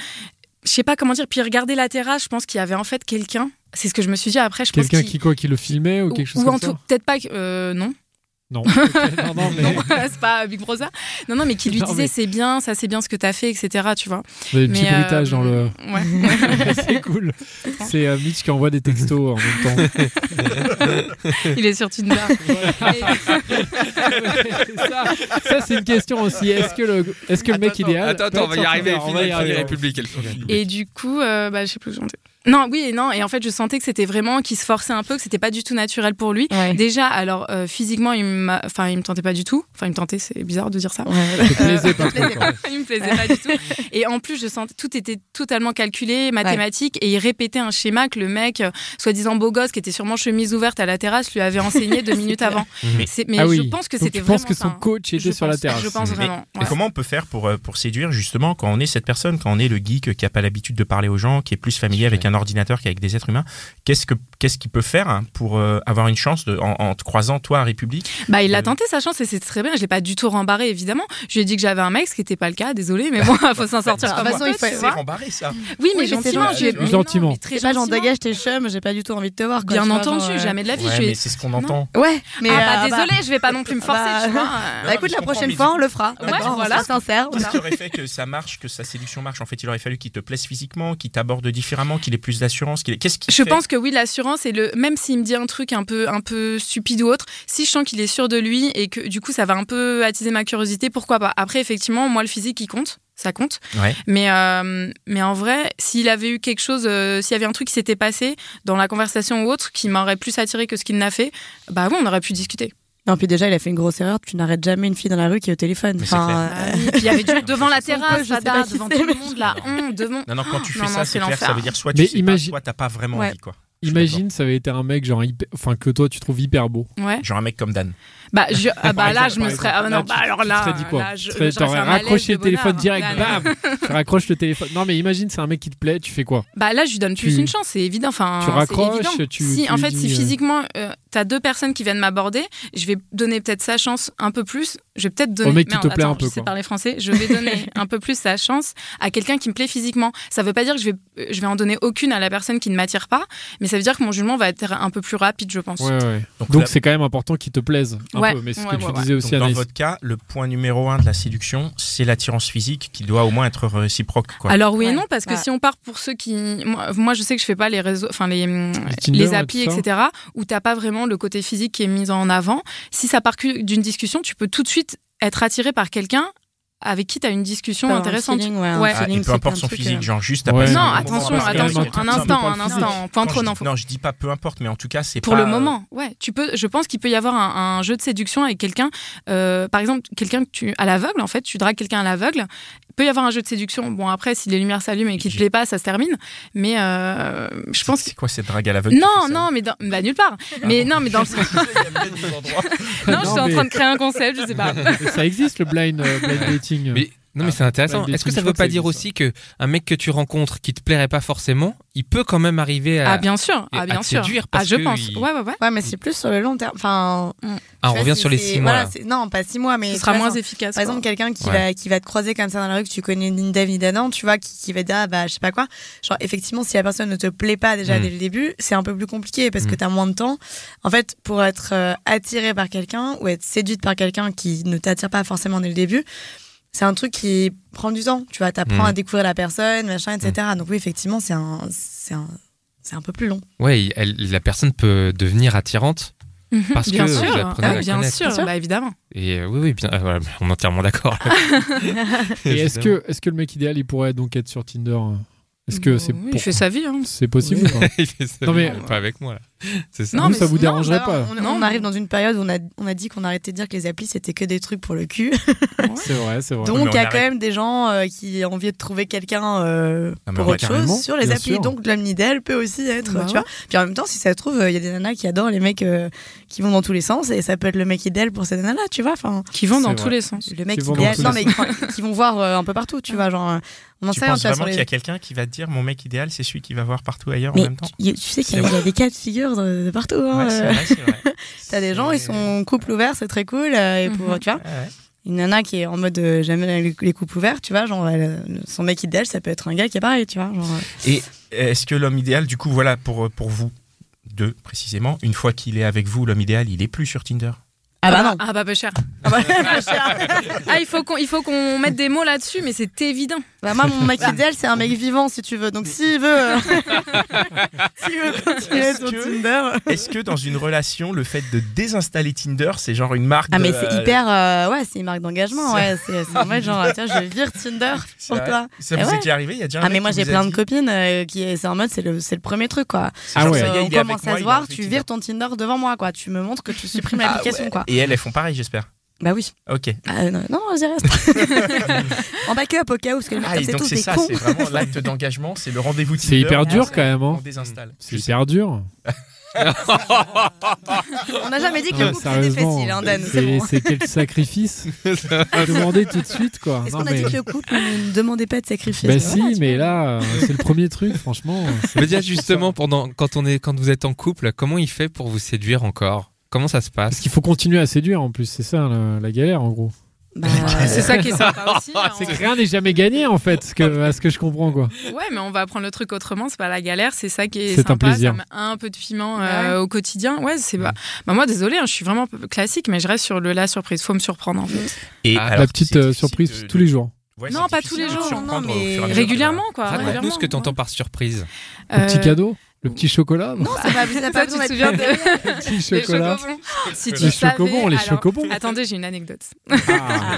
S3: je sais pas comment dire, puis regarder la terrasse, je pense qu'il y avait en fait quelqu'un. C'est ce que je me suis dit après, je pense
S2: Quelqu'un
S3: qu'il-
S2: qui quoi qui le filmait ou quelque chose
S3: ou en
S2: comme
S3: tout,
S2: ça.
S3: peut-être pas que. euh, non.
S2: Non. Ok, non, non, mais-
S3: Non, c'est pas Big Brother. Non, non, mais qui lui
S2: Non,
S3: disait
S2: mais-
S3: c'est bien, ça c'est bien ce que t'as fait, etc. Tu vois.
S2: Vous avez des petits
S3: Mais, euh,
S2: bruitages dans le.
S3: Ouais.
S2: c'est cool. C'est euh, Mitch qui envoie des textos en même temps.
S3: Il est sur Tinder. Et-
S2: ça, ça, c'est une question aussi. Est-ce que le, est-ce que le mec idéal.
S4: Attends, attends, on va y arriver.
S2: hein, On va y
S4: finir
S2: arriver.
S4: République. elle finit.
S3: Et, du coup, euh, bah, je sais plus où j'en étais. Non, oui et non. Et en fait, je sentais que c'était vraiment qu'il se forçait un peu, que c'était pas du tout naturel pour lui.
S5: Ouais.
S3: Déjà, alors euh, physiquement, il m'a- enfin, il me tentait pas du tout. Enfin, il me tentait, c'est bizarre de dire ça.
S5: Ouais.
S2: te plaisait pas
S3: Euh,
S2: trop, quoi.
S3: il me plaisait pas du tout. Et en plus, je sentais tout était totalement calculé, mathématique, et il répétait un schéma que le mec, euh, soi-disant beau gosse, qui était sûrement chemise ouverte à la terrasse, lui avait enseigné deux minutes avant.
S4: Mais-
S3: C'est- Mais
S2: Ah oui.
S3: je pense que
S2: Donc
S3: c'était
S2: tu
S3: vraiment
S2: penses que
S3: ça,
S2: son
S3: hein.
S2: coach était
S3: Je
S2: sur la
S3: pense-
S2: terrasse.
S3: Je pense
S1: Mais-
S3: vraiment.
S1: Et
S3: ouais.
S1: comment on peut faire pour, euh, pour séduire justement quand on est cette personne, quand on est le geek qui n'a pas l'habitude de parler aux gens, qui est plus familier avec un ordinateur qu'avec des êtres humains Qu'est-ce que qu'est-ce qu'il peut faire hein, pour euh, avoir une chance de, en, en te croisant toi à République
S3: Bah, il
S1: Euh,
S3: a tenté sa chance et c'est très bien. Je l'ai pas du tout rembarré, évidemment. Je lui ai dit que j'avais un mec, ce qui n'était pas le cas, désolé, mais bon, faut s'en sortir.
S5: De
S3: un
S5: toute façon,
S3: peu,
S5: il faut-
S3: tu
S5: c'est
S3: vois.
S1: rembarré ça.
S3: Oui, mais
S5: Oui, mais c'est
S3: gentiment.
S5: gentil.
S3: je lui ai- mais non,
S2: Gentiment.
S3: mais très
S5: C'est pas genre
S3: gentiment.
S5: dégage tes chums, j'ai pas du tout envie de te voir. quoi,
S3: Bien
S5: tu vois,
S3: entendu,
S5: genre, euh,
S3: jamais de la vie.
S1: Ouais,
S3: je lui ai-
S1: mais c'est ce qu'on entend.
S5: Ouais, mais
S3: ah bah
S5: euh,
S3: désolé, je vais pas non plus me forcer,
S5: bah,
S3: tu vois.
S5: Bah,
S3: euh.
S5: écoute,
S1: je
S5: la
S1: comprends,
S5: prochaine
S1: mais
S5: fois,
S1: du-
S5: on le fera.
S1: Ouais,
S5: D'accord,
S3: voilà.
S5: on sera sincère.
S1: Qu'est-ce qui aurait fait que ça marche, que sa séduction marche En fait, il aurait fallu qu'il te plaise physiquement, qu'il t'aborde différemment, qu'il ait plus d'assurance. qu'il ait- Qu'est-ce qui
S3: Je
S1: fait
S3: pense que oui, l'assurance et le même s'il me dit un truc un peu un peu stupide ou autre, si je sens qu'il est sûr de lui et que du coup ça va un peu attiser ma curiosité, pourquoi pas. Après effectivement, moi le physique il compte, ça compte.
S1: Ouais.
S3: Mais euh, mais en vrai, s'il avait eu quelque chose, euh, s'il y avait un truc qui s'était passé dans la conversation ou autre qui m'aurait plus attiré que ce qu'il n'a fait, bah oui, on aurait pu discuter.
S5: Non, puis déjà, il a fait une grosse erreur. Tu n'arrêtes jamais une fille dans la rue qui est au téléphone.
S1: Mais c'est
S5: Enfin,
S3: Bah oui, puis il y avait du devant la
S5: Son
S3: terrasse,
S5: coach, Euh. je sais
S3: Fada,
S5: pas qui
S3: devant
S5: c'est,
S3: tout le
S5: mais-
S3: monde là, on devant.
S1: Non, non, quand tu fais
S3: Non,
S1: ça,
S3: non,
S1: c'est
S3: c'est
S1: clair, ça
S3: l'enfer.
S1: veut dire soit
S2: Mais
S1: tu sais
S2: imagine-
S1: pas, soit t'as pas vraiment
S5: Ouais.
S1: envie, quoi. Je suis
S2: Imagine, ça avait été un mec genre hyper- enfin que toi tu trouves hyper beau.
S3: Ouais.
S1: d'accord. Genre un mec comme Dan.
S3: Bah, je- ah bah
S2: Par
S3: là,
S2: exemple,
S3: je me
S2: par
S3: serais.
S2: exemple.
S3: Ah non,
S2: Là,
S3: bah
S2: tu-
S3: alors là.
S2: Tu te serais dit quoi
S3: là, je-
S2: Tu
S3: j'aurais
S2: serais-
S3: fait
S2: T'aurais
S3: un malaise
S2: raccroché
S3: de
S2: le téléphone
S3: bonheur.
S2: direct, Bah,
S3: Là, là.
S2: bam Tu raccroches le téléphone. Non, mais imagine, c'est un mec qui te plaît, tu fais quoi
S3: Bah là, je lui donne plus
S2: Tu-
S3: une chance, c'est évident. Enfin,
S2: tu
S3: c'est
S2: raccroches,
S3: évident.
S2: tu-
S3: Si,
S2: tu
S3: en fait,
S2: dis,
S3: si
S2: euh,
S3: physiquement, euh, t'as deux personnes qui viennent m'aborder, je vais donner peut-être sa chance un peu plus. Je vais peut-être donner.
S2: mec Oh, qui
S3: Merde,
S2: te plaît
S3: attends,
S2: un peu,
S3: Je sais
S2: quoi.
S3: parler français. Je vais donner un peu plus sa chance à quelqu'un qui me plaît physiquement. Ça veut pas dire que je vais, euh, je vais en donner aucune à la personne qui ne m'attire pas, mais ça veut dire que mon jugement va être un peu plus rapide, je pense.
S2: Ouais, ouais.
S1: Donc,
S2: Donc
S1: la-
S2: c'est quand même important qu'il te plaise un
S3: Ouais,
S2: peu. Mais c'est ce
S3: ouais,
S2: que tu
S3: ouais,
S2: disais aussi,
S1: Donc, dans
S2: Anaïs.
S1: votre cas, le point numéro un de la séduction, c'est l'attirance physique qui doit au moins être réciproque. Quoi.
S3: Alors oui et
S5: Ouais.
S3: non parce que
S5: Ouais.
S3: si on part pour ceux qui moi, moi, je sais que je fais pas les réseaux enfin les hum,
S2: Tinder,
S3: les
S2: ouais,
S3: applis
S2: tout ça.
S3: etc où t'as pas vraiment le côté physique qui est mis en avant si ça part que d'une discussion tu peux tout de suite être attiré par quelqu'un avec qui tu as une discussion
S5: un
S3: intéressante
S5: feeling, ouais, un
S3: Ouais.
S1: Ah,
S5: feeling,
S1: et
S5: c'est
S1: peu importe
S5: un
S1: son
S5: truc,
S1: physique,
S5: euh,
S1: genre juste
S2: Ouais,
S1: après.
S2: non,
S3: non
S2: mais
S3: attention
S2: parce que là,
S3: attention
S2: on
S3: un
S2: parle
S3: instant un
S2: physique.
S3: instant
S1: Quand
S3: pas trop
S1: je
S3: non
S1: dis-
S3: faut-
S1: Non, je dis pas peu importe, mais en tout cas, c'est
S3: pour
S1: pas,
S4: Ah,
S3: le
S1: euh,
S3: moment ouais tu peux je pense qu'il peut y avoir un, un jeu de séduction avec quelqu'un euh, par exemple quelqu'un que tu à l'aveugle en fait tu dragues quelqu'un à l'aveugle peut y avoir un jeu de séduction bon après si les lumières s'allument et qu'il te plaît pas ça se termine mais euh, je pense que
S1: C'est quoi cette drague à l'aveugle
S3: non, non, mais dans- bah, nulle part.
S4: Ah
S3: Mais non, mais dans le sens. Non, je suis en
S2: mais-
S3: train de créer un concept, je sais pas.
S2: Ça existe le blind, euh, blind dating.
S4: Mais- non mais c'est intéressant.
S2: Blind
S4: Est-ce que
S2: dating,
S4: ça
S2: Ah, je
S4: veut pas
S2: crois que ça
S4: dire
S2: existe,
S4: aussi que un mec que tu rencontres qui te plairait pas forcément, il peut quand même arriver à,
S3: Ah, bien sûr,
S4: et
S3: ah,
S4: à
S3: bien
S4: te
S3: sûr.
S4: séduire
S3: Ah,
S4: parce
S3: je
S4: que
S3: pense.
S4: il-
S3: Ouais, ouais, ouais.
S5: Ouais, mais c'est plus sur le long terme. Enfin,
S4: Ah,
S5: tu
S4: on
S5: vois,
S4: revient
S5: c'est-
S4: sur les
S5: c'est-
S4: six mois.
S5: voilà,
S4: là.
S5: c'est- non, pas six mois, mais
S3: Ce
S5: tu
S3: sera
S5: vois,
S3: moins
S5: genre,
S3: efficace.
S5: Par
S3: quoi.
S5: exemple, quelqu'un qui,
S4: Ouais.
S5: va, qui va te croiser comme ça dans la rue, que tu connais ni Dave ni d'Adam, tu vois, qui, qui va te dire, ah bah, je sais pas quoi. Genre, effectivement, si la personne ne te plaît pas déjà
S4: Mm.
S5: dès le début, c'est un peu plus compliqué parce que
S4: Mm.
S5: t'as moins de temps. En fait, pour être euh, attiré par quelqu'un ou être séduite par quelqu'un qui ne t'attire pas forcément dès le début, c'est un truc qui prend du temps. Tu vois, t'apprends
S4: Mm.
S5: à découvrir la personne, machin, etc. Donc, oui, effectivement, c'est un, c'est un, c'est un peu plus long.
S4: Ouais, il- elle- la personne peut devenir attirante
S3: Mhm.
S4: parce
S3: bien
S4: que
S3: sûr.
S4: vous apprenez à
S3: Ah,
S4: la
S3: bien
S4: connaître.
S3: sûr, bah, évidemment.
S4: Et euh, oui oui bien, euh, voilà, on est entièrement d'accord.
S2: Et est-ce
S4: Évidemment.
S2: que, est que le mec idéal, il pourrait donc être sur Tinder euh Est-ce
S5: Bah
S2: que c'est
S3: Oui,
S2: pour-
S3: Il fait sa vie. hein.
S2: c'est possible ou pas
S4: Il fait ça,
S2: Non, mais-
S4: pas avec moi là. C'est ça.
S3: Non,
S2: Vous,
S3: mais
S2: ça vous
S3: sinon,
S2: dérangerait
S5: bah,
S2: pas
S5: On,
S3: Non,
S5: on
S3: mais-
S5: arrive dans une période où on a, on a dit qu'on arrêtait de dire que les applis c'était que des trucs pour le cul.
S2: C'est vrai, c'est vrai.
S5: Donc
S1: mais on
S5: il y a
S1: arrête.
S5: quand même des gens euh, qui ont envie de trouver quelqu'un euh,
S1: Ah, mais
S5: pour
S1: ouais,
S5: autre
S2: carrément,
S5: chose sur les
S2: bien
S5: applis.
S2: sûr.
S5: Donc l'homme idéal peut aussi être,
S3: Bah
S5: tu
S3: ouais.
S5: vois. Puis en même temps, si ça se trouve, euh, il y a des nanas qui adorent les mecs euh, qui vont dans tous les sens et ça peut être le mec idéal pour cette nana là, tu vois. Enfin,
S3: Qui vont
S2: C'est
S3: dans
S2: vrai.
S3: tous les sens.
S5: le mec
S2: Qui vont dans
S5: idéal.
S2: tous
S5: Non
S2: les
S5: mais enfin, qui vont voir euh, un peu partout, tu vois. Genre, euh, on en
S1: Tu
S5: sait rien,
S1: penses
S5: tu vois,
S1: vraiment
S5: sur
S1: qu'il y
S5: les-
S1: a quelqu'un qui va te dire mon mec idéal, c'est celui qui va voir partout ailleurs en
S5: Mais
S1: même temps
S5: il y a- tu sais qu'il y, a- il y a des cas de figure de, de partout. hein,
S1: Ouais, c'est
S5: euh.
S1: vrai, c'est vrai.
S5: T'as des gens, ils
S1: C'est-
S5: sont en couple ouvert, c'est très cool. euh, et pour,
S3: Mhm.
S5: tu vois,
S1: Ouais, ouais.
S5: une nana qui est en mode euh, j'aime bien les, les couples ouverts, tu vois, genre elle, euh, son mec idéal, ça peut être un gars qui est pareil, tu vois. Genre, euh,
S1: Et est-ce que l'homme idéal, du coup, voilà, pour, euh, pour vous deux précisément, une fois qu'il est avec vous, l'homme idéal, il est plus sur Tinder
S5: Ah bah non.
S3: Ah bah, pas cher.
S5: Ah bah, cher.
S3: Ah, il faut qu'on il faut qu'on mette des mots là-dessus, mais c'est évident.
S5: Bah, moi, mon mec idéal, c'est un mec vivant, si tu veux. Donc, s'il veut, euh, s'il veut continuer
S1: Est-ce
S5: sur
S1: que-
S5: Tinder.
S1: Est-ce que dans une relation, le fait de désinstaller Tinder, c'est genre une marque
S5: Ah,
S1: de,
S5: mais c'est
S1: euh,
S5: hyper. euh, ouais, c'est une marque d'engagement.
S1: ça-
S5: Ouais, c'est c'est en mode genre, tiens, je vire Tinder
S1: c'est
S5: pour
S1: vrai
S5: toi.
S1: Ça
S5: Eh
S1: vous est
S5: ouais.
S1: déjà arrivé Il y a déjà un
S5: Ah,
S1: mec
S5: mais moi,
S1: qui
S5: j'ai
S1: vous a
S5: plein de
S1: dit-
S5: copines euh, qui. C'est en mode, c'est le, c'est le premier truc, quoi.
S1: c'est
S2: Ah
S1: genre,
S2: ouais.
S1: ça y est,
S5: Euh, on
S1: il est avec
S5: commence
S1: moi,
S5: à se
S1: il a
S5: voir,
S1: enlevé
S5: tu
S1: Tinder.
S5: vires ton Tinder devant moi, quoi. Tu me montres que tu supprimes
S1: Ah
S5: l'application,
S1: ouais.
S5: quoi.
S1: Et elles, elles font pareil, j'espère.
S5: Bah oui.
S1: Ok.
S5: Ah, non, non, j'y reste. en backup, au cas où, parce que le
S1: Ah,
S5: mec,
S1: et
S5: c'est
S1: donc
S5: tous
S1: c'est
S5: des
S1: ça,
S5: cons.
S1: c'est vraiment l'acte d'engagement, c'est le rendez-vous
S2: C'est hyper dur quand même.
S1: On
S2: hein.
S1: désinstalle.
S2: C'est hyper dur.
S5: On n'a jamais dit que
S2: Ah,
S5: le couple c'était
S2: sérieusement.
S5: facile, hein, Dan. C'est
S2: C'est
S5: bon.
S2: c'est quel sacrifice Demander tout de suite, quoi.
S5: Est-ce
S2: Non,
S5: qu'on a
S2: mais-
S5: dit que le couple ne demandait pas de sacrifice
S2: Bah
S5: Voilà,
S2: si,
S5: tu
S2: mais
S5: vois.
S2: là, euh, c'est le premier truc, franchement.
S4: Je veux dire justement pendant quand on est quand vous êtes en couple, comment il fait pour vous séduire encore Comment ça se
S2: Parce
S4: passe
S2: qu'il faut continuer à séduire en plus, c'est ça le- la galère en gros.
S5: Bah,
S3: C'est ça qui est sympa aussi. hein.
S2: C'est que rien n'est jamais gagné en fait, ce que- à ce que je comprends quoi.
S3: Ouais, mais on va apprendre le truc autrement, c'est pas la galère, c'est ça qui est,
S2: C'est un
S3: sympa,
S2: plaisir.
S3: ça met un peu de piment euh, au quotidien. Ouais, c'est bah, bah moi désolé, je suis vraiment classique mais je reste sur le la surprise, faut me surprendre en fait.
S1: Et
S4: Ah,
S1: alors,
S2: la petite
S1: c'est
S2: euh,
S1: difficile
S2: surprise
S1: de-
S2: tous les jours.
S1: Ouais,
S3: Non,
S1: c'est
S3: pas
S1: difficile
S3: tous les
S1: de
S3: jours,
S1: surprendre
S5: non,
S1: au fur et à
S5: mais-
S1: mesure.
S3: Régulièrement quoi,
S4: Raconte-nous ce que tu entends par surprise.
S2: Le
S3: Euh,
S2: petit cadeau, le petit chocolat,
S5: Non, c'est pas, c'est pas
S3: ça, tu
S5: besoin
S3: te
S5: d'être
S3: souviens de
S2: le petit
S3: les
S2: chocolat,
S3: chocobons Si tu
S2: les
S3: savais,
S2: chocobons, les
S3: alors-
S2: chocobons.
S3: Attendez, j'ai une anecdote.
S2: Ah,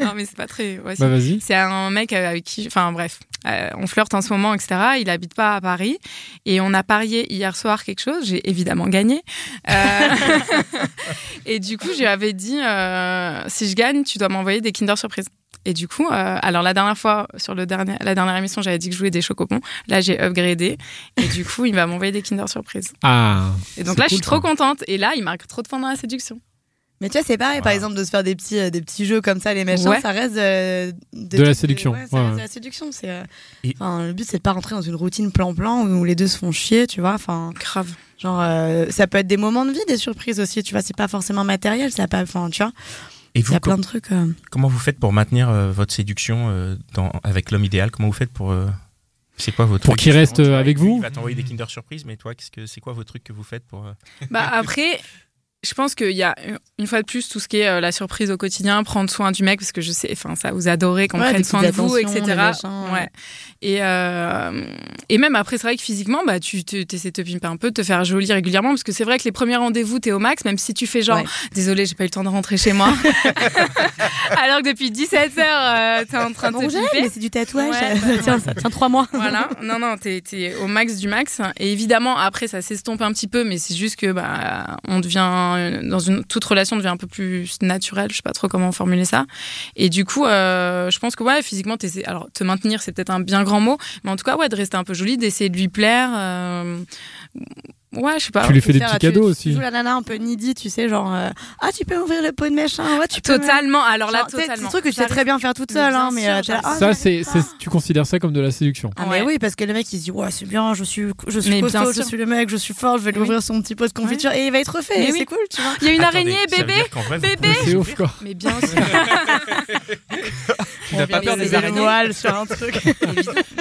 S3: Non mais c'est pas très ouais, c'est-
S2: bah vas-y.
S3: C'est un mec avec qui, enfin bref, euh, on flirte en ce moment, etc. Il habite pas à Paris et on a parié hier soir quelque chose. J'ai évidemment gagné. Euh, et du coup, je lui avais dit euh, si je gagne, tu dois m'envoyer des Kinder Surprise. Et du coup, euh, alors la dernière fois sur le dernier, la dernière émission, j'avais dit que je jouais des chocopons. Là, j'ai upgradé et du coup, il va m'envoyer des Kinder Surprise.
S2: Ah,
S3: Et donc
S2: C'est
S3: là, je
S2: cool,
S3: suis trop
S2: ça.
S3: contente. Et là, il marque trop de points dans la séduction.
S5: Mais tu vois, c'est pareil, par exemple, de se faire des petits, euh, des petits jeux comme ça, les machins,
S3: Ouais.
S5: ça reste. euh, des
S2: De la
S5: trucs
S2: séduction,
S5: ouais, ça
S2: ouais,
S5: reste de
S2: ouais.
S5: la séduction. c'est, euh,
S1: Et-
S5: enfin, Le but, c'est de pas rentrer dans une routine plan-plan où les deux se font chier, tu vois. Enfin,
S3: Grave.
S5: genre, euh, ça peut être des moments de vie, des surprises aussi, tu vois. C'est pas forcément matériel, ça pas. Enfin, tu vois,
S1: Et
S5: il y
S1: vous,
S5: a plein de trucs. euh.
S1: Comment vous faites pour maintenir euh, votre séduction euh, dans- avec l'homme idéal Comment vous faites pour euh, c'est quoi votre
S2: Pour
S1: truc,
S2: qu'il
S1: justement,
S2: reste,
S1: tu vois,
S2: euh, avec
S1: lui,
S2: vous
S1: Il va t'envoyer des Kinder surprise, mais toi, qu'est-ce que c'est quoi vos trucs que vous faites pour euh,
S3: Bah après, je pense qu'il y a une fois de plus tout ce qui est euh, la surprise au quotidien, prendre soin du mec parce que je sais, enfin ça vous adorez qu'on
S5: Ouais,
S3: prenne
S5: des
S3: soin de
S5: petites
S3: vous,
S5: attentions,
S3: etc.
S5: des machins,
S3: ouais.
S5: ouais.
S3: Et euh, et même après c'est vrai que physiquement bah tu te- t'essaies de te pimper un peu, de te faire joli régulièrement parce que c'est vrai que les premiers rendez-vous t'es au max même si tu fais genre
S5: Ouais.
S3: désolé j'ai pas eu le temps de rentrer chez moi alors que depuis 17 heures euh, t'es en train de
S5: Bon,
S3: te
S5: j'aime,
S3: pimper.
S5: mais c'est du tatouage.
S3: Ouais,
S5: ça- ça tient- ça tient trois mois.
S3: Voilà, non, non, t'es t'es au max du max. Et évidemment, après, ça s'estompe un petit peu, mais c'est juste que bah, on devient, euh, dans une toute relation, devient un peu plus naturelle. Je sais pas trop comment formuler ça. Et du coup, euh, je pense que ouais, physiquement, t'essaies- alors te maintenir, c'est peut-être un bien grand mot, mais en tout cas, ouais, de rester un peu jolie, d'essayer de lui plaire. euh, ouais, je sais pas.
S2: tu lui fais des
S5: Faire,
S2: petits
S5: tu-
S2: cadeaux
S5: tu- Tu
S2: aussi.
S5: joues la nana un peu needy, tu sais, genre euh, ah tu peux ouvrir le pot de machin, ouais tu peux.
S3: Totalement. Alors là,
S5: Genre, tu sais, C'est
S3: totalement.
S5: un truc que tu
S3: Ça
S5: sais très bien faire toute seule,
S3: Mais
S5: hein,
S3: bien
S5: mais
S3: sûr,
S5: euh, t'es là,
S3: j'arrive.
S5: Ah,
S2: Ça,
S5: j'arrive
S2: c'est,
S5: pas.
S2: c'est- tu considères ça comme de la séduction.
S5: Ah
S3: Ouais.
S5: mais oui parce que le mec il se dit ouais c'est bien je suis je suis
S3: Mais bien
S5: costaud je
S3: sûr.
S5: suis le mec je suis fort je vais lui
S3: Oui.
S5: ouvrir son petit pot de confiture et il va être refait
S3: Mais
S5: et
S3: oui.
S5: c'est cool tu vois
S3: Il y a une
S1: Attendez,
S3: araignée,
S1: ça veut
S3: bébé.
S1: dire qu'en vrai, vous
S3: bébé.
S1: pouvez les
S2: C'est ouf
S1: ouvrir
S2: quoi.
S3: Mais bien sûr.
S4: Tu n'as pas peur des araignées
S5: voiles sur un truc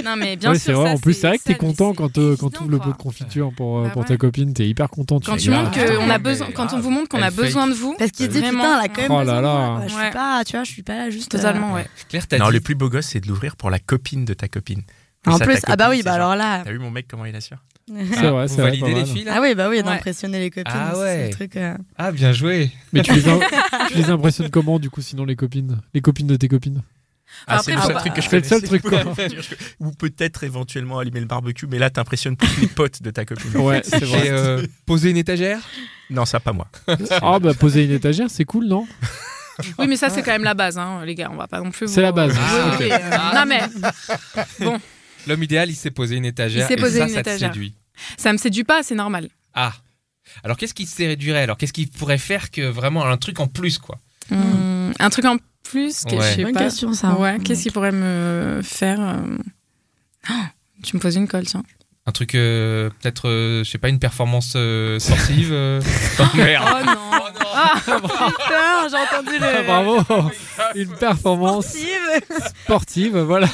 S3: non, mais bien
S2: Ouais,
S3: sûr.
S2: c'est vrai.
S3: ça,
S2: En plus, c'est vrai que
S3: ça,
S2: t'es content
S3: mais
S2: quand
S3: c'est
S2: euh, quand
S3: évident,
S2: t'ouvres le pot
S3: quoi.
S2: de confiture pour euh,
S3: Bah
S2: pour ta
S3: ouais.
S2: copine, t'es hyper content.
S3: Quand
S2: fais,
S3: tu
S2: Ah,
S3: montres que
S4: putain,
S3: on a
S4: mais
S3: besoin, quand on vous montre qu'on a
S4: elle
S3: besoin
S4: fake.
S3: de vous,
S5: parce qu'il se dit
S3: Vraiment.
S5: putain elle a quand même
S2: Oh là
S5: besoin de
S2: là.
S5: moi, quoi. je
S3: Ouais.
S5: suis pas tu vois je suis pas là juste euh,
S3: totalement, ouais.
S4: Claire, t'as
S1: Non,
S4: dit-
S1: le plus beau gosse, c'est de l'ouvrir pour la copine de ta copine. Et
S5: en
S1: ça,
S5: plus
S1: ta
S5: ah bah
S1: copine,
S5: oui
S1: c'est
S5: bah
S1: genre,
S5: alors là
S1: T'as vu mon mec comment il assure
S2: C'est vrai,
S4: Ah, vous
S2: c'est vrai,
S4: validez
S2: pas
S4: les
S2: mal.
S4: filles là
S5: ah oui bah oui
S3: Ouais.
S5: d'impressionner les copines
S4: Ah
S5: c'est
S4: ouais.
S5: le truc euh.
S4: Ah bien joué.
S2: Mais tu les, im- tu les impressionnes comment du coup sinon les copines Les copines de tes copines
S1: Ah,
S3: Enfin,
S1: c'est
S3: après,
S1: le seul
S3: faut-
S1: truc que je
S2: C'est le seul
S1: connaissais.
S2: truc, quoi.
S1: Ou peut-être éventuellement allumer le barbecue, mais là, t'impressionnes plus les potes de ta copine.
S2: Ouais, c'est
S4: J'ai
S2: vrai.
S4: euh, posé une étagère.
S1: Non, ça, pas moi.
S2: Ah bah poser une étagère, c'est cool, non
S3: Oui, mais ça, c'est quand même la base, hein, les gars. On va pas non plus. vous-
S2: C'est la base.
S3: Oui,
S4: ok.
S3: oui, euh, Non, mais
S4: L'homme idéal, il s'est posé une étagère.
S3: Il s'est
S4: et
S3: posé
S4: ça,
S3: une
S4: ça te
S3: étagère.
S4: séduit.
S3: ça me séduit pas, c'est normal.
S4: Ah. Alors qu'est-ce qui te séduirait Alors qu'est-ce qu'il pourrait faire que vraiment un truc en plus quoi
S3: Hum, un truc en plus que
S4: Ouais.
S3: je sais
S5: bonne
S3: pas.
S5: question ça
S3: Ouais, qu'est-ce qui pourrait me faire. euh, oh, tu me poses une colle, tiens.
S4: Un truc euh, peut-être euh, je sais pas une performance euh, sportive. euh. Oh, merde.
S3: Oh non Ah,
S5: putain j'ai entendu
S2: Ah,
S5: le
S2: bravo Une performance sportive, voilà.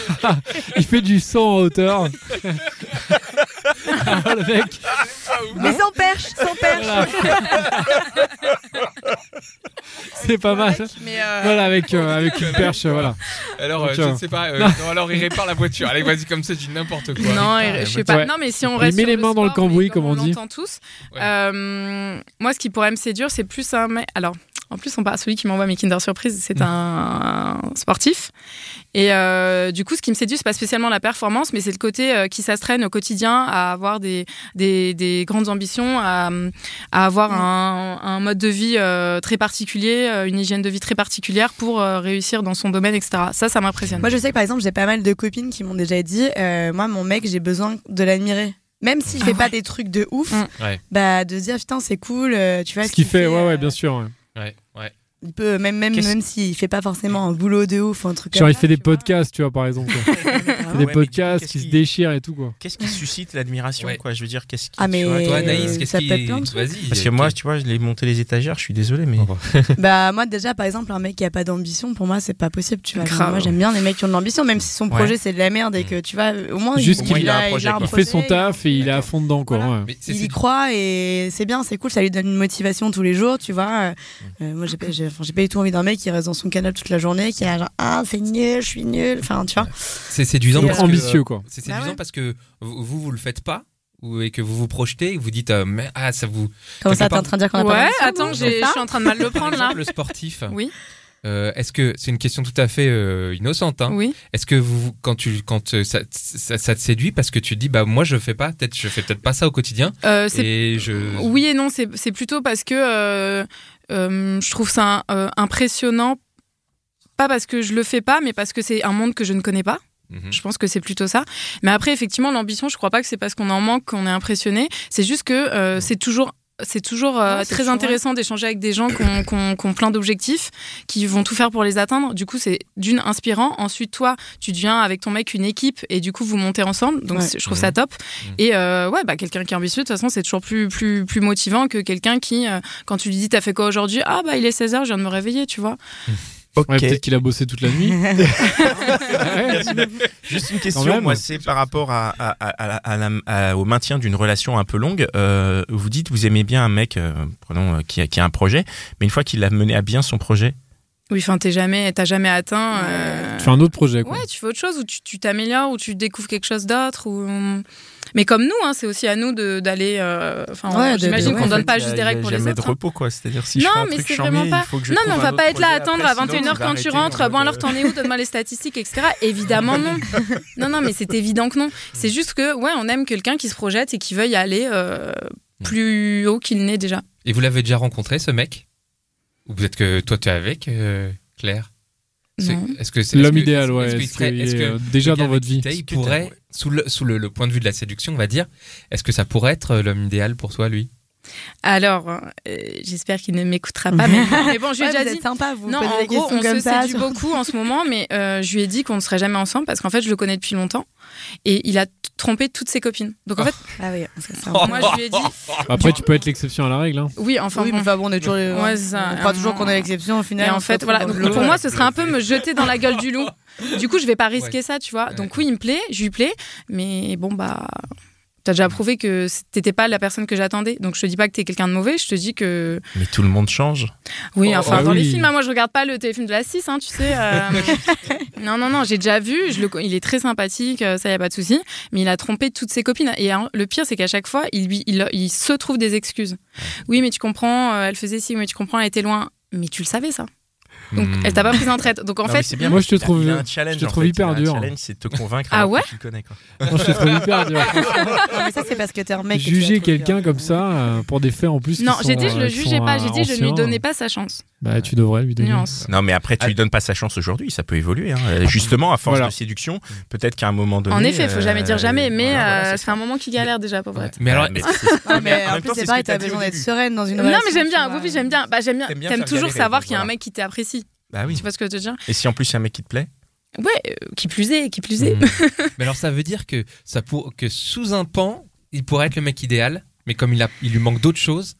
S2: Il fait du son en hauteur. Ah, le mec,
S5: Mais sans perche, sans perche.
S2: Voilà. C'est pas mal. ça.
S3: Mais euh,
S2: Voilà, avec, euh, avec une perche, voilà.
S4: Alors,
S2: Donc,
S4: euh, je
S2: euh,
S4: ne sais pas. euh, non, alors, il répare la voiture. Allez, vas-y, comme ça, je dis n'importe quoi.
S3: Non,
S4: Il répare la
S3: je sais
S4: voiture.
S2: Ah,
S3: pas.
S2: Ouais.
S3: Non, mais si on
S2: Il
S3: reste.
S2: met
S3: sur
S2: les
S3: le
S2: mains dans le
S3: sport,
S2: cambouis,
S3: mais
S2: comme on dit.
S3: l'entend tous.
S4: Ouais.
S3: Euh, moi, ce qui pourrait me séduire, c'est plus un. mec- Alors, en plus, on parle celui qui m'envoie mes Kinder Surprise, c'est
S2: Mm.
S3: un sportif. Et euh, du coup, ce qui me séduit, c'est pas spécialement la performance, mais c'est le côté euh, qui s'astreigne au quotidien à avoir des, des, des grandes ambitions, à, à avoir
S2: Mm.
S3: un, un mode de vie euh, très particulier, euh, une hygiène de vie très particulière pour euh, réussir dans son domaine, etc. Ça, ça m'impressionne.
S5: Moi, je sais que par exemple, j'ai pas mal de copines qui m'ont déjà dit euh, Moi, mon mec, j'ai besoin de l'admirer. Même s'il
S3: Ah
S5: fait pas des trucs de ouf,
S3: Mm.
S4: Ouais.
S5: bah, de se dire Putain, c'est cool, euh, tu vois.
S2: Ce qu'il fait, ouais,
S5: euh,
S2: ouais, bien sûr. ouais.
S4: Ouais, ouais.
S5: Il peut, même même,
S1: Qu'est-ce-
S5: même s'il fait pas forcément un boulot de ouf, ou un truc
S2: Genre,
S5: comme
S2: il
S5: ça,
S2: fait des
S5: tu vois. Ah
S2: podcasts, tu vois, par exemple. quoi. Il fait
S1: Ouais,
S2: des
S1: mais
S2: podcasts
S1: qu'est-ce
S2: qui se
S1: qui-
S2: déchirent et tout, quoi.
S1: Qu'est-ce qui suscite l'admiration
S4: Ouais.
S1: quoi Je veux dire, qu'est-ce qui
S5: Ah,
S1: tu
S5: mais-
S1: vois,
S4: Toi,
S5: Et,
S4: Anaïs,
S5: euh,
S4: qu'est-ce
S5: ça
S4: qui.
S5: peut être plein de trucs.
S4: Vas-y.
S1: Parce que moi, tu vois, je l'ai monté les étagères, je suis désolé, mais.
S5: Bah, moi, déjà, par exemple, un mec qui a pas d'ambition, pour moi, c'est pas possible, tu vois. Genre,
S3: Grave.
S5: Moi, j'aime bien les mecs qui ont de l'ambition, même si son
S1: Ouais.
S5: projet, c'est de la merde et que, tu vois, au moins,
S2: Mm. Juste qu'il
S4: a un projet,
S2: Il
S4: quoi.
S2: fait son
S5: projet,
S2: taf et il est à fond dedans, quoi.
S5: Voilà.
S2: ouais.
S4: Mais c'est-
S5: il
S4: c'est-
S5: y croit et c'est bien, c'est cool, ça lui donne une motivation tous les jours, tu vois. Euh,
S1: Mmh.
S5: euh, moi, j'ai pas, j'ai- enfin, j'ai pas du tout envie d'un mec qui reste dans son canapé toute la journée, qui a genre ah c'est nul, je suis nul, enfin tu vois.
S4: c'est séduisant.
S2: Donc,
S4: parce que, euh,
S2: ambitieux, quoi.
S4: C'est
S5: Bah
S4: séduisant
S5: ouais.
S4: parce que vous, vous vous le faites pas ou- et que vous vous projetez, et vous dites euh, mais ah ça vous.
S5: Comment
S4: Quelque
S5: ça, t'es en
S4: part-
S5: train de dire qu'on a
S3: Ouais,
S5: pas
S3: attends, j'ai- je suis en train de mal le
S4: Par
S3: prendre là.
S4: exemple, le sportif.
S3: Oui,
S4: euh, est-ce que c'est une question tout à fait euh, innocente hein.
S3: oui.
S4: Est-ce que vous quand tu quand euh, ça, ça, ça te séduit parce que tu te dis bah moi je fais pas peut-être je fais peut-être pas ça au quotidien
S3: Euh, c'est
S4: et je
S3: Oui et non, c'est c'est plutôt parce que euh, euh, je trouve ça euh, impressionnant, pas parce que je le fais pas, mais parce que c'est un monde que je ne connais pas.
S4: Mhm.
S5: Mm.
S3: Je pense que c'est plutôt ça. Mais après, effectivement, l'ambition, je crois pas que c'est parce qu'on en manque qu'on est impressionné. C'est juste que euh, c'est toujours. C'est toujours euh,
S5: Ouais, c'est
S3: très
S5: toujours
S3: intéressant d'échanger avec des gens qui ont, qui ont- qui ont plein d'objectifs, qui vont tout faire pour les atteindre. Du coup, c'est d'une inspirant. Ensuite, toi, tu deviens avec ton mec une équipe et du coup, vous montez ensemble. Donc,
S5: Ouais. Mm.
S3: c'est- je trouve
S4: Mhm.
S3: ça top.
S4: Mhm.
S3: Et euh, ouais, bah, quelqu'un qui est ambitieux, de toute façon, c'est toujours plus, plus, plus motivant que quelqu'un qui, euh, quand tu lui dis, t'as fait quoi aujourd'hui Ah, bah, il est 16h, je viens de me réveiller, tu vois.
S1: Ok.
S2: Ouais, peut-être qu'il a bossé toute la nuit. Ouais.
S1: Juste une
S2: Quand
S1: question,
S2: même.
S1: moi, c'est par rapport à, à- à- à la- à la- à- au maintien d'une relation un peu longue. Euh, vous dites, vous aimez bien un mec, euh, prenons, euh, qui, a, qui a un projet, mais une fois qu'il a mené à bien son projet,
S3: Oui, enfin, t'es jamais, t'as jamais atteint. euh,
S2: Tu fais un autre projet, quoi.
S3: Ouais, tu fais autre chose ou tu tu t'améliores ou tu découvres quelque chose d'autre ou. Mais comme nous, hein, c'est aussi à nous de- d'aller. euh, Enfin, on-
S5: Ouais, de-
S3: j'imagine
S5: de-
S3: qu'on
S5: en
S3: donne
S1: fait,
S3: pas
S1: il y a-
S3: juste
S1: il y
S3: des
S1: a
S3: règles pour les
S1: jamais
S3: autres. hein.
S1: de repos, quoi. C'est-à-dire, si je
S3: Non,
S1: fais un
S3: mais
S1: truc
S3: c'est
S1: charmé,
S3: vraiment pas-
S1: il faut que je
S3: Non, mais
S1: trouve
S3: on
S1: un
S3: va
S1: autre
S3: pas être là à
S1: projet
S3: attendre
S1: après,
S3: à
S1: sinon, tu
S3: 21h
S1: vas
S3: avant
S1: arrêter
S3: t'es
S1: en
S3: rentre,
S1: mode,
S3: bon alors
S1: euh,
S3: t'en es où, donne-moi les statistiques, etc. Évidemment non. Non, non, mais c'est évident que non. C'est juste que, ouais, on aime quelqu'un qui se projette et qui veuille aller euh, plus haut qu'il n'est déjà.
S4: et vous l'avez déjà rencontré ce mec ou peut-être que toi tu es avec euh, Claire Est-ce-
S3: Non.
S4: Est-ce que c'est
S2: L'homme
S4: est-ce que-
S2: idéal,
S4: est-ce-
S2: ouais.
S4: est-ce qu'il
S2: Est-ce
S4: serait-
S2: qu'il
S4: est-ce
S2: est
S4: que
S2: euh, déjà
S4: Le gars
S2: dans
S4: avec
S2: votre
S4: qui
S2: vie
S4: t'es, il
S1: qui t'es,
S4: pourrait,
S1: ouais.
S4: sous, le, sous le, le point de vue de la séduction, on va dire, est-ce que ça pourrait être euh, l'homme idéal pour toi, lui
S3: Alors, euh, j'espère qu'il ne m'écoutera pas. Mais, mais bon, je lui ai
S5: Ouais,
S3: déjà
S5: vous
S3: dit.
S5: êtes sympa, vous.
S3: Non,
S5: posez
S3: en
S5: des
S3: gros,
S5: questions
S3: on
S5: comme
S3: se
S5: ça,
S3: séduit
S5: sur-
S3: beaucoup en ce moment, mais euh, je lui ai dit qu'on ne serait jamais ensemble parce qu'en fait, je le connais depuis longtemps et il a t- trompé toutes ses copines. Donc en fait,
S5: Ah oui, ça,
S1: Oh.
S5: c'est un-
S3: moi, je lui ai dit,
S2: Après, tu peux être l'exception à la règle. hein.
S3: oui, enfin
S5: oui, mais
S3: bon.
S5: enfin, bon, on est toujours. les-
S3: Ouais, c'est ça.
S5: on croit toujours qu'on est l'exception au final.
S3: Et
S5: on
S3: en
S5: se
S3: fait,
S5: retrouve
S3: voilà.
S5: dans
S3: Donc,
S5: le lot.
S3: pour moi, ce serait un peu me jeter dans la gueule du loup. Du coup, je vais pas risquer ça, tu vois. Donc oui, il me plaît, je lui plais, mais bon bah. T'as déjà prouvé que c- t'étais pas la personne que j'attendais. Donc je te dis pas que t'es quelqu'un de mauvais, je te dis que.
S1: Mais tout le monde change.
S3: Oui,
S4: Oh,
S3: enfin
S2: ah
S3: dans les
S2: oui.
S3: films, hein, moi je regarde pas le téléfilm de la 6, hein, tu sais. euh, non, non, non, j'ai déjà vu, je le co- il est très sympathique, euh, ça y a pas de souci, mais il a trompé toutes ses copines. Et hein, le pire, c'est qu'à chaque fois, il, lui, il, il se trouve des excuses. Oui, mais tu comprends, euh, elle faisait ci, mais tu comprends, elle était loin. Mais tu le savais ça. Donc
S4: Hmm.
S3: elle t'a pas pris en traite. Donc en
S1: Non, mais
S3: fait,
S1: c'est bien,
S2: Moi,
S1: parce
S2: je te
S1: qu'il a-
S2: trouve-
S1: il a un challenge,
S2: je te
S1: en
S2: trouve
S1: fait.
S2: hyper
S1: Il a
S2: dur.
S1: Un challenge, c'est de te convaincre.
S3: Ah
S1: alors que
S3: ouais
S1: Tu le connais, quoi.
S2: Moi, je te trouve hyper dur.
S5: Non, mais ça, c'est parce que t'es un mec. et que tu vas
S2: Juger
S5: trouver
S2: quelqu'un
S5: un-
S2: comme ça euh, pour des faits en plus. qui
S3: non,
S2: sont,
S3: j'ai dit je
S2: euh,
S3: le
S2: qui
S3: jugeais
S2: sont,
S3: pas,
S2: euh,
S3: j'ai dit je ne lui
S2: anciens.
S3: donnais pas sa chance.
S2: Bah, tu devrais lui donner.
S3: Nuance.
S1: Non, mais après, tu
S4: Ah.
S1: lui donnes pas sa chance aujourd'hui, ça peut évoluer. hein. Euh, Justement, à force
S2: Voilà.
S1: de séduction, peut-être qu'à un moment donné.
S3: En effet, il faut jamais
S1: euh,
S3: dire jamais, mais
S1: voilà, voilà,
S3: euh,
S1: c'est
S3: ça fait un moment qu'il galère déjà, pauvre. être.
S4: Mais
S2: Ah,
S4: alors,
S1: Ouais, mais c'est-
S5: Non, mais
S1: en
S5: en
S1: même
S5: plus,
S1: temps, c'est
S5: c'est
S1: ce
S5: pareil,
S1: que t'as
S5: t'as
S1: dit au
S5: besoin d'être
S1: début.
S5: sereine dans une
S3: Non, mais
S5: relation,
S3: j'aime bien,
S5: tu vois.
S3: oui, oui, j'aime bien. Bah, j'aime bien.
S4: T'aimes bien
S3: T'aimes
S4: faire
S3: toujours
S4: galérer,
S3: savoir
S4: donc,
S3: qu'il y a un
S4: voilà.
S3: mec qui t'apprécie.
S1: Bah oui.
S3: Tu vois ce que je veux te dire
S1: Et si en plus, c'est un mec qui te plaît
S3: Ouais, euh, qui plus est, qui plus est.
S4: Hmm. mais alors ça veut dire que, ça pour, que sous un pan, il pourrait être le mec idéal, mais comme il, a, il lui manque d'autres choses,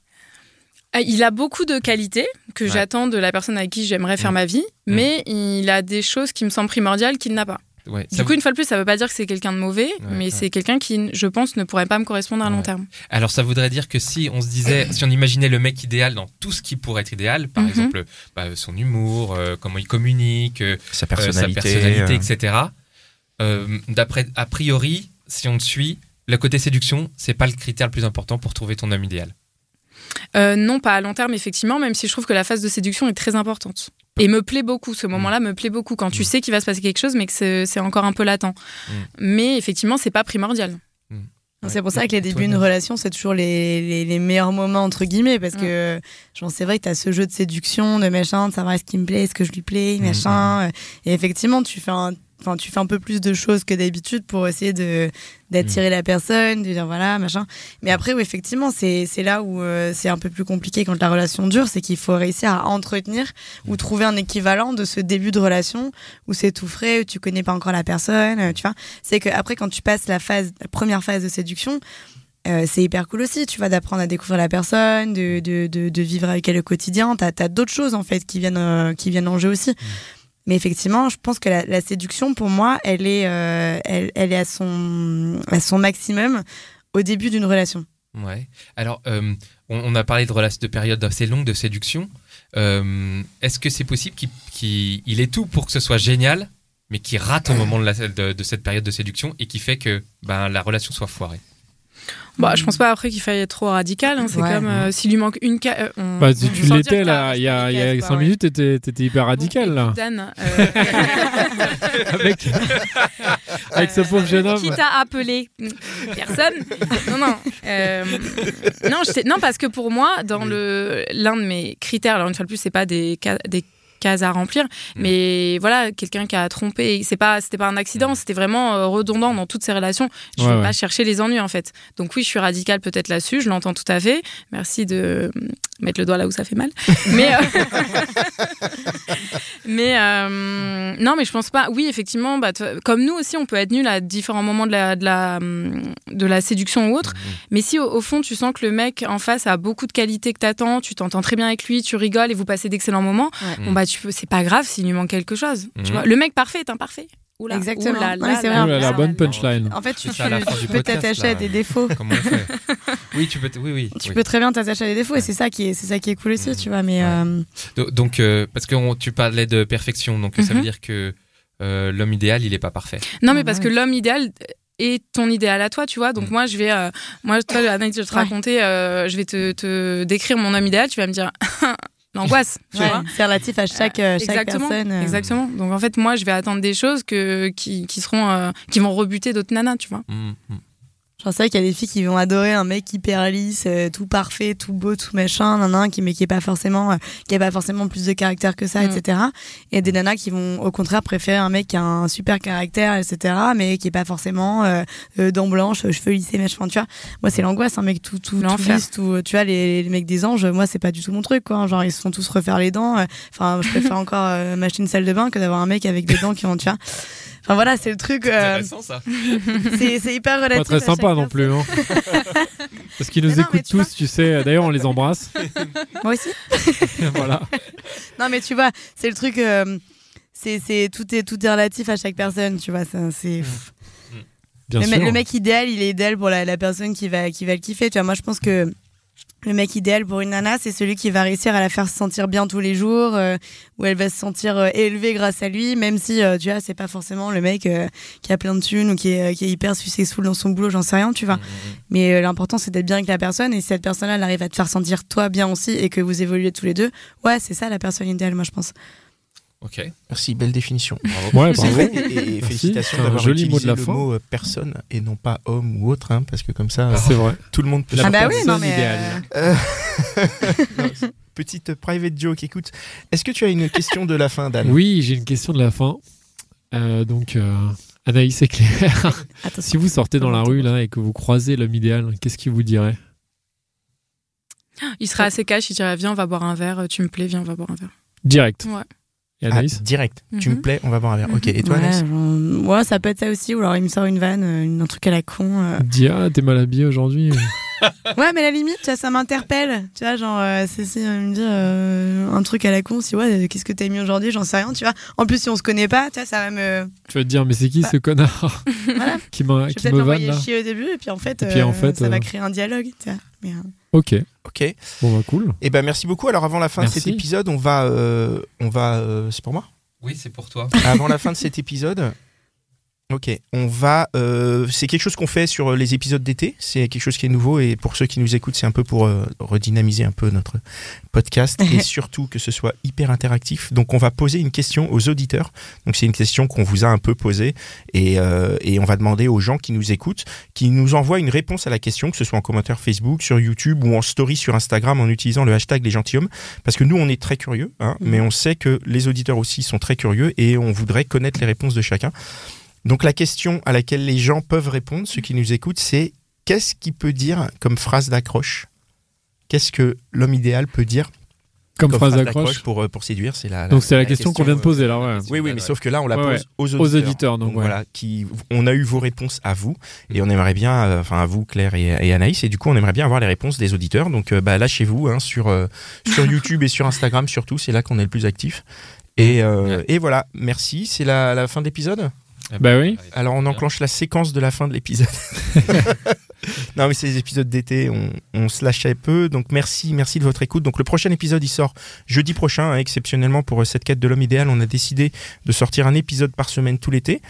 S3: Euh, Il a beaucoup de qualités que
S4: Ouais.
S3: j'attends de la personne avec qui j'aimerais faire
S4: Mm.
S3: ma vie, mais il a des choses qui me semblent primordiales qu'il n'a pas.
S4: ouais,
S3: Du
S4: ça
S3: coup,
S4: vous-
S3: une fois de plus, ça veut pas dire que c'est quelqu'un de mauvais, mais
S4: ouais.
S3: c'est quelqu'un qui, je pense, ne pourrait pas me correspondre à long
S4: Ouais.
S3: terme.
S4: Alors ça voudrait dire que si on se disait, si on imaginait le mec idéal dans tout ce qui pourrait être idéal, par
S3: Mhm.
S4: exemple bah, son humour, euh, comment il communique, euh,
S1: Sa
S4: euh,
S1: personnalité.
S4: sa personnalité,
S1: euh,
S4: etc. euh, D'après, a priori, si on te suit, le côté séduction, c'est pas le critère le plus important pour trouver ton homme idéal.
S3: Euh, non, pas à long terme, effectivement, même si je trouve que la phase de séduction est très importante. Et me plaît beaucoup, ce moment-là me plaît beaucoup quand tu
S4: Mm.
S3: sais qu'il va se passer quelque chose, mais que c'est c'est encore un peu latent.
S4: Mm.
S3: Mais effectivement, c'est pas primordial.
S4: Ouais.
S5: C'est pour ça que les
S4: Toi,
S5: débuts d'une
S4: non.
S5: relation, c'est toujours les, les, les meilleurs moments, entre guillemets, parce que genre, c'est vrai que tu as ce jeu de séduction, de machin, de savoir est-ce qu'il me plaît, est-ce que je lui plais,
S4: Mhm.
S5: machin. Et effectivement, tu fais un. Enfin, tu fais un peu plus de choses que d'habitude pour essayer de
S4: Mm.
S5: d'attirer la personne, de dire voilà machin. Mais après, oui, effectivement, c'est c'est là où euh, c'est un peu plus compliqué quand la relation dure, c'est qu'il faut réussir à entretenir
S4: Mm.
S5: ou trouver un équivalent de ce début de relation où c'est tout frais, où tu connais pas encore la personne, euh, tu vois. C'est que après, quand tu passes la phase, la première phase de séduction, euh, c'est hyper cool aussi, tu vois, d'apprendre à découvrir la personne, de, de, de, de vivre avec elle au quotidien. T'as as, d'autres choses, en fait, qui viennent, euh, qui viennent en jeu
S4: Mmh.
S5: aussi. Mais effectivement, je pense que la, la séduction, pour moi, elle est, euh, elle, elle est à, son, à son maximum au début d'une relation.
S4: Ouais. Alors, euh, on, on a parlé de, relation, de période assez longue de séduction. Euh, Est-ce que c'est possible qu'il qu'il- il ait tout pour que ce soit génial, mais qu'il rate au moment de, la- de- de cette période de séduction et qui fait que ben, la relation soit foirée
S3: Bah,
S4: Mhm.
S3: je pense pas après qu'il faille être trop radical. hein, c'est
S5: Ouais.
S3: comme euh, s'il lui manque une case.
S2: Bah, tu tu l'étais là, il y a, il y a 5 minutes, t'étais t'étais hyper radical là.
S3: Dan, euh,
S2: Avec, avec ce pauvre jeune
S3: euh, Qui
S2: homme.
S3: t'a appelé Personne. Non, non. Euh, non, je sais- non, parce que pour moi, dans le l'un de mes critères, alors une fois de plus, c'est pas des ca- des cases à remplir, mais voilà, quelqu'un qui a trompé, c'est pas, c'était pas un accident, c'était vraiment euh, redondant dans toutes ces relations. Je
S2: Ouais,
S3: vais
S2: ouais.
S3: pas chercher les ennuis en fait. Donc oui, je suis radicale peut-être là-dessus, je l'entends tout à fait. Merci de euh, mettre le doigt là où ça fait mal. Mais euh, mais euh, non, mais je pense pas. Oui, effectivement, bah, toi- comme nous aussi, on peut être nul à différents moments de la, de la, hum, de la séduction ou autre. Mais si au, au fond, tu sens que le mec en face a beaucoup de qualités que t'attends, tu t'entends très bien avec lui, tu rigoles et vous passez d'excellents moments,
S5: Ouais.
S3: bon, bah, tu peux, c'est pas grave s'il lui manque quelque chose. Tu
S4: Mhm.
S3: vois le mec parfait est imparfait. Oula,
S5: Exactement.
S3: oula,
S5: Non, mais c'est
S2: Oh
S5: vrai,
S2: là là,
S5: Ah,
S2: bonne
S5: non.
S2: punchline.
S5: En fait, tu,
S4: C'est ça, la
S5: tu-
S4: fin du
S5: tu peux
S4: podcast,
S5: t'attacher à
S4: là.
S5: des défauts.
S4: Comment on fait Oui, tu peux. t- Oui, oui.
S5: Tu
S4: oui. Mmh.
S5: peux très bien t'attacher à des défauts et c'est ça qui est, c'est ça qui est cool aussi, tu vois. Mais
S4: Ouais.
S5: euh,
S4: Do- Donc, euh, parce que on- tu parlais de perfection, donc ça veut
S3: Mhm.
S4: dire que euh, l'homme idéal, il est pas parfait.
S3: Non, mais
S5: Ah
S3: parce
S5: ouais.
S3: que l'homme idéal est ton idéal à toi, tu vois. Donc
S4: Mm.
S3: moi, je vais, euh, moi, toi, Anna, je vais te
S5: Ouais.
S3: raconter, euh, je vais te, te décrire mon homme idéal. Tu vas me dire l'angoisse, tu
S5: ouais,
S3: vois.
S5: c'est relatif à chaque, euh, chaque
S3: Exactement,
S5: personne. euh.
S3: Exactement. Donc en fait, moi, je vais attendre des choses que qui, qui seront, euh, qui vont rebuter d'autres nanas, tu vois.
S4: Mhm, mhm.
S5: Genre, c'est vrai qu'il y a des filles qui vont adorer un mec hyper lisse, euh, tout parfait, tout beau, tout machin, nan, nan, qui, mais qui est pas forcément, euh, qui a pas forcément plus de caractère que ça,
S3: Mm.
S5: etc. Et des nanas qui vont, au contraire, préférer un mec qui a un super caractère, etc., mais qui est pas forcément euh, euh, dents blanches, euh, cheveux lissés, machin, Enfin, tu vois. Moi, c'est l'angoisse, un mec tout, tout, tout
S3: L'enfer.
S5: lisse, tout, euh, tu vois, les, les mecs des anges, moi, c'est pas du tout mon truc, quoi. hein. Genre, ils se font tous refaire les dents. euh. Enfin, je préfère encore euh, m'acheter une salle de bain que d'avoir un mec avec des dents qui vont, tu vois. Enfin, voilà, c'est le truc, euh,
S4: Intéressant ça.
S5: c'est c'est hyper relatif.
S2: Pas très
S5: à chaque
S2: sympa non
S5: personne.
S2: plus. hein. Parce qu'ils nous
S5: Mais non, mais
S2: écoutent
S5: tu vois-
S2: tous, tu sais. D'ailleurs, on les embrasse.
S5: Moi aussi.
S2: voilà.
S5: Non, mais tu vois, c'est le truc. euh, c'est, c'est, tout, est, tout est relatif à chaque personne, tu vois. ça, c'est, pff.
S2: Bien
S5: le, me-
S2: sûr.
S5: le mec idéal, il est idéal pour la, la personne qui va, qui va le kiffer. Tu vois, moi, je pense que le mec idéal pour une nana, c'est celui qui va réussir à la faire se sentir bien tous les jours, euh, où elle va se sentir euh, élevée grâce à lui, même si, euh, tu vois, c'est pas forcément le mec euh, qui a plein de thunes ou qui est, euh, qui est hyper successful dans son boulot, j'en sais rien, tu
S2: Mmh,
S5: vois. Mais euh, l'important, c'est d'être bien avec la personne. Et si cette personne-là, elle arrive à te faire sentir toi bien aussi et que vous évoluez tous les deux, ouais, c'est ça la personne idéale, moi, je pense.
S4: Ok.
S1: Merci, belle définition.
S4: Bravo.
S2: Ouais,
S1: C'est
S2: bravo.
S1: vrai, Ah, et, et
S2: Merci,
S1: félicitations
S2: c'est un
S1: d'avoir
S2: joli
S1: utilisé
S2: mot de la
S1: le
S2: fin.
S1: mot euh, personne et non pas homme ou autre, hein, parce que comme ça, euh,
S2: C'est vrai.
S1: tout le monde peut.
S5: Ah
S1: se-
S5: bah oui,
S2: personne
S5: non, mais,
S2: idéale.
S1: Petite private joke, écoute, est-ce que tu as une question de la fin, Dan
S2: Oui, j'ai une question de la fin. Euh, donc, euh, Anaïs et Claire,
S5: euh, Attention.
S2: si vous sortez dans la rue là et que vous croisez l'homme idéal, qu'est-ce qu'il vous dirait
S3: Il serait assez cash, il dirait viens, on va boire un verre. Tu me plais, viens, on va boire un verre.
S2: Direct.
S3: Ouais.
S2: Et
S1: Ah,
S2: Anaïs
S1: direct. Tu
S3: Mhm.
S1: me plais, on va boire un verre. Ok, et toi,
S5: ouais,
S1: Anaïs
S5: genre, ouais, ça peut être ça aussi. Ou alors il me sort une vanne, euh, une- un truc à la con. euh.
S2: ah, Dis, ah, t'es mal habillé aujourd'hui.
S5: Ouais, mais à la limite, tu vois, ça m'interpelle. Tu vois, genre, euh, Cécile elle me dit euh, un truc à la con, si ouais, euh, qu'est-ce que t'as mis aujourd'hui, j'en sais rien, tu vois. En plus, si on se connaît pas, tu vois, ça va me.
S2: Tu vas te dire, mais c'est qui ce connard
S5: Voilà.
S2: qui m'a-
S5: Je vais
S2: qui
S5: peut-être
S2: me vanne
S5: l'envoyer
S2: là
S5: chier au début, et puis en fait,
S2: Et puis, en
S5: euh,
S2: fait,
S5: ça
S2: euh,
S5: va créer un dialogue, tu vois. Mais, euh,
S2: Ok,
S1: Ok.
S2: bon bah cool.
S1: Eh ben merci beaucoup. Alors avant la fin
S2: Merci.
S1: de cet épisode, on va, euh, on va, euh, c'est pour moi.
S4: Oui, c'est pour toi.
S1: Avant la fin de cet épisode, ok, on va. euh, c'est quelque chose qu'on fait sur euh, les épisodes d'été. C'est quelque chose qui est nouveau et pour ceux qui nous écoutent, c'est un peu pour euh, redynamiser un peu notre podcast et surtout que ce soit hyper interactif. Donc on va poser une question aux auditeurs. Donc c'est une question qu'on vous a un peu posée et, euh, et on va demander aux gens qui nous écoutent, qui nous envoient une réponse à la question, que ce soit en commentaire Facebook, sur YouTube ou en story sur Instagram en utilisant le hashtag les gentilshommes. Parce que nous, on est très curieux, hein, mais on sait que les auditeurs aussi sont très curieux et on voudrait connaître les réponses de chacun. Donc la question à laquelle les gens peuvent répondre, ceux qui nous écoutent, c'est qu'est-ce qu'il peut dire comme phrase d'accroche Qu'est-ce que l'homme idéal peut dire
S2: Comme,
S1: comme
S2: phrase d'accroche.
S1: pour, euh, pour séduire C'est la, la-
S2: Donc c'est la, question, qu'on vient de poser là, ouais.
S4: euh,
S1: Oui, oui, mais
S4: Ouais.
S1: sauf que là, on la
S2: Ouais,
S1: pose
S2: ouais.
S1: aux auditeurs.
S2: Aux auditeurs, donc,
S1: Donc
S2: ouais.
S1: voilà, qui, on a eu vos réponses à vous et on aimerait bien, euh, enfin à vous Claire et, et Anaïs, et du coup on aimerait bien avoir les réponses des auditeurs. Donc euh, bah, lâchez-vous hein, sur, euh, sur YouTube et sur Instagram surtout, c'est là qu'on est le plus actif. Et, euh, et voilà, merci, c'est la, la fin de l'épisode.
S2: Bah oui.
S1: Alors on enclenche la séquence de la fin de l'épisode. non mais c'est les épisodes d'été, on, on se lâchait peu, donc merci, merci de votre écoute. Donc le prochain épisode il sort jeudi prochain, hein, exceptionnellement pour euh, cette quête de l'homme idéal, on a décidé de sortir un épisode par semaine tout l'été.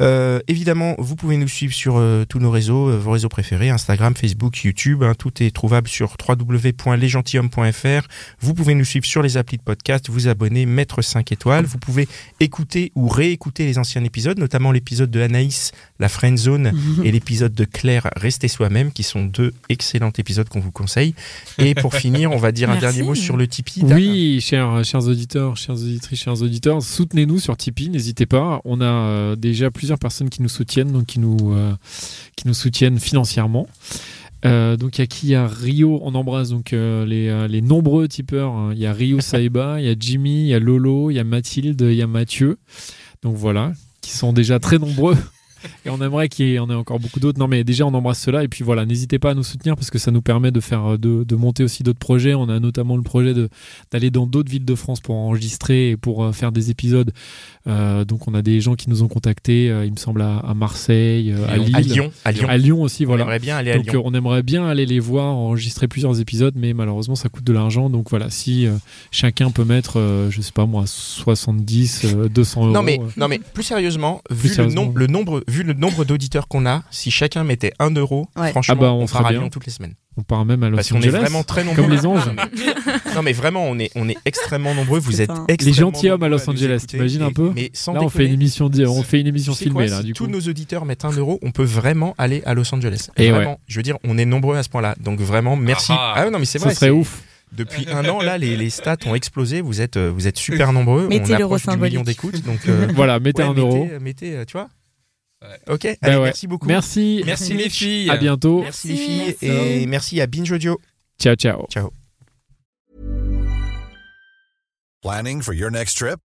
S1: Euh, évidemment, vous pouvez nous suivre sur euh, tous nos réseaux, euh, vos réseaux préférés, Instagram, Facebook, YouTube. hein, tout est trouvable sur www.lesgentilhommes.fr. Vous pouvez nous suivre sur les applis de podcast, vous abonner, mettre 5 étoiles. Vous pouvez écouter ou réécouter les anciens épisodes, notamment l'épisode de Anaïs, la Friend Zone,
S2: Mhm.
S1: et l'épisode de Claire, Restez soi-même, qui sont deux excellents épisodes qu'on vous conseille. Et pour finir, on va dire un
S3: Merci.
S1: dernier mot sur le Tipeee. Dan.
S2: Oui, chers, chers auditeurs, chers auditrices, chers auditeurs, soutenez-nous sur Tipeee, n'hésitez pas. On a euh, déjà plusieurs personnes qui nous soutiennent, donc qui nous, euh, qui nous soutiennent financièrement. Euh, donc il y a qui Il y a Rio, on embrasse donc euh, les, euh, les nombreux tipeurs. hein. Il y a Rio Saiba, il y a Jimmy, il y a Lolo, il y a Mathilde, il y a Mathieu. Donc voilà, qui sont déjà très nombreux. Et on aimerait qu'il y en ait encore beaucoup d'autres. Non, mais déjà, on embrasse cela. Et puis voilà, n'hésitez pas à nous soutenir parce que ça nous permet de faire, euh, de, de monter aussi d'autres projets. On a notamment le projet de, d'aller dans d'autres villes de France pour enregistrer et pour euh, faire des épisodes. Euh, donc, on a des gens qui nous ont contactés, euh, il me semble, à, à Marseille, euh, à
S4: Lyon.
S2: Lille.
S1: À Lyon, à Lyon.
S2: À Lyon aussi,
S1: On
S2: voilà.
S1: aimerait bien aller à
S2: Donc
S1: Lyon.
S2: euh, on aimerait bien aller les voir, enregistrer plusieurs épisodes, mais malheureusement ça coûte de l'argent. Donc voilà, si euh, chacun peut mettre, euh, je sais pas moi, 70, euh, 200 euros.
S1: Non mais,
S2: euh,
S1: non mais plus sérieusement, vu,
S2: sérieusement.
S1: Le, nombre, le nombre, vu le nombre d'auditeurs qu'on a, si chacun mettait 1 euro,
S5: Ouais.
S1: franchement,
S2: Ah bah, on
S1: on,
S2: fera
S1: fera à
S2: bien.
S1: Lyon toutes les semaines.
S2: on part même à Los
S1: Parce qu'on est
S2: Angeles.
S1: vraiment très nombreux.
S2: comme les
S1: Ah,
S2: anges.
S1: Non mais vraiment, on est, on est extrêmement nombreux. Vous êtes
S5: Putain.
S1: extrêmement
S2: Les gentilshommes à
S1: nombreux
S2: Los
S1: nous
S2: Angeles,
S1: écouter.
S2: t'imagines un
S1: Et-
S2: peu
S1: Mais sans
S2: Là on fait une
S1: déconner,
S2: émission, di- on fait une émission
S1: tu sais quoi,
S2: filmée là
S1: si
S2: du
S1: tous
S2: coup.
S1: nos auditeurs mettent 1 euro, on peut vraiment aller à Los Angeles.
S2: Et
S1: vraiment, je veux dire, on est nombreux à ce point-là. Donc vraiment, merci.
S4: Ah
S1: Ah,
S4: ah.
S1: non mais c'est
S2: Ça
S1: vrai.
S2: serait
S1: c'est-
S2: ouf.
S1: Depuis un an là, les, les stats ont explosé. Vous êtes, euh, vous êtes super nombreux.
S5: Mettez
S1: on
S5: l'euro
S1: approche du million
S5: symbolique.
S1: d'écoutes. Donc euh,
S2: Voilà, mettez
S1: Ouais,
S2: un euro. Bah
S1: euh, Mettez, euh, tu vois.
S4: Ouais.
S1: Ok, allez,
S2: ouais.
S1: merci beaucoup.
S2: Merci.
S4: Merci les filles.
S2: À bientôt.
S1: Merci les filles
S3: Merci.
S1: et merci à Binge Audio.
S2: Ciao ciao.
S6: Planning for your next trip?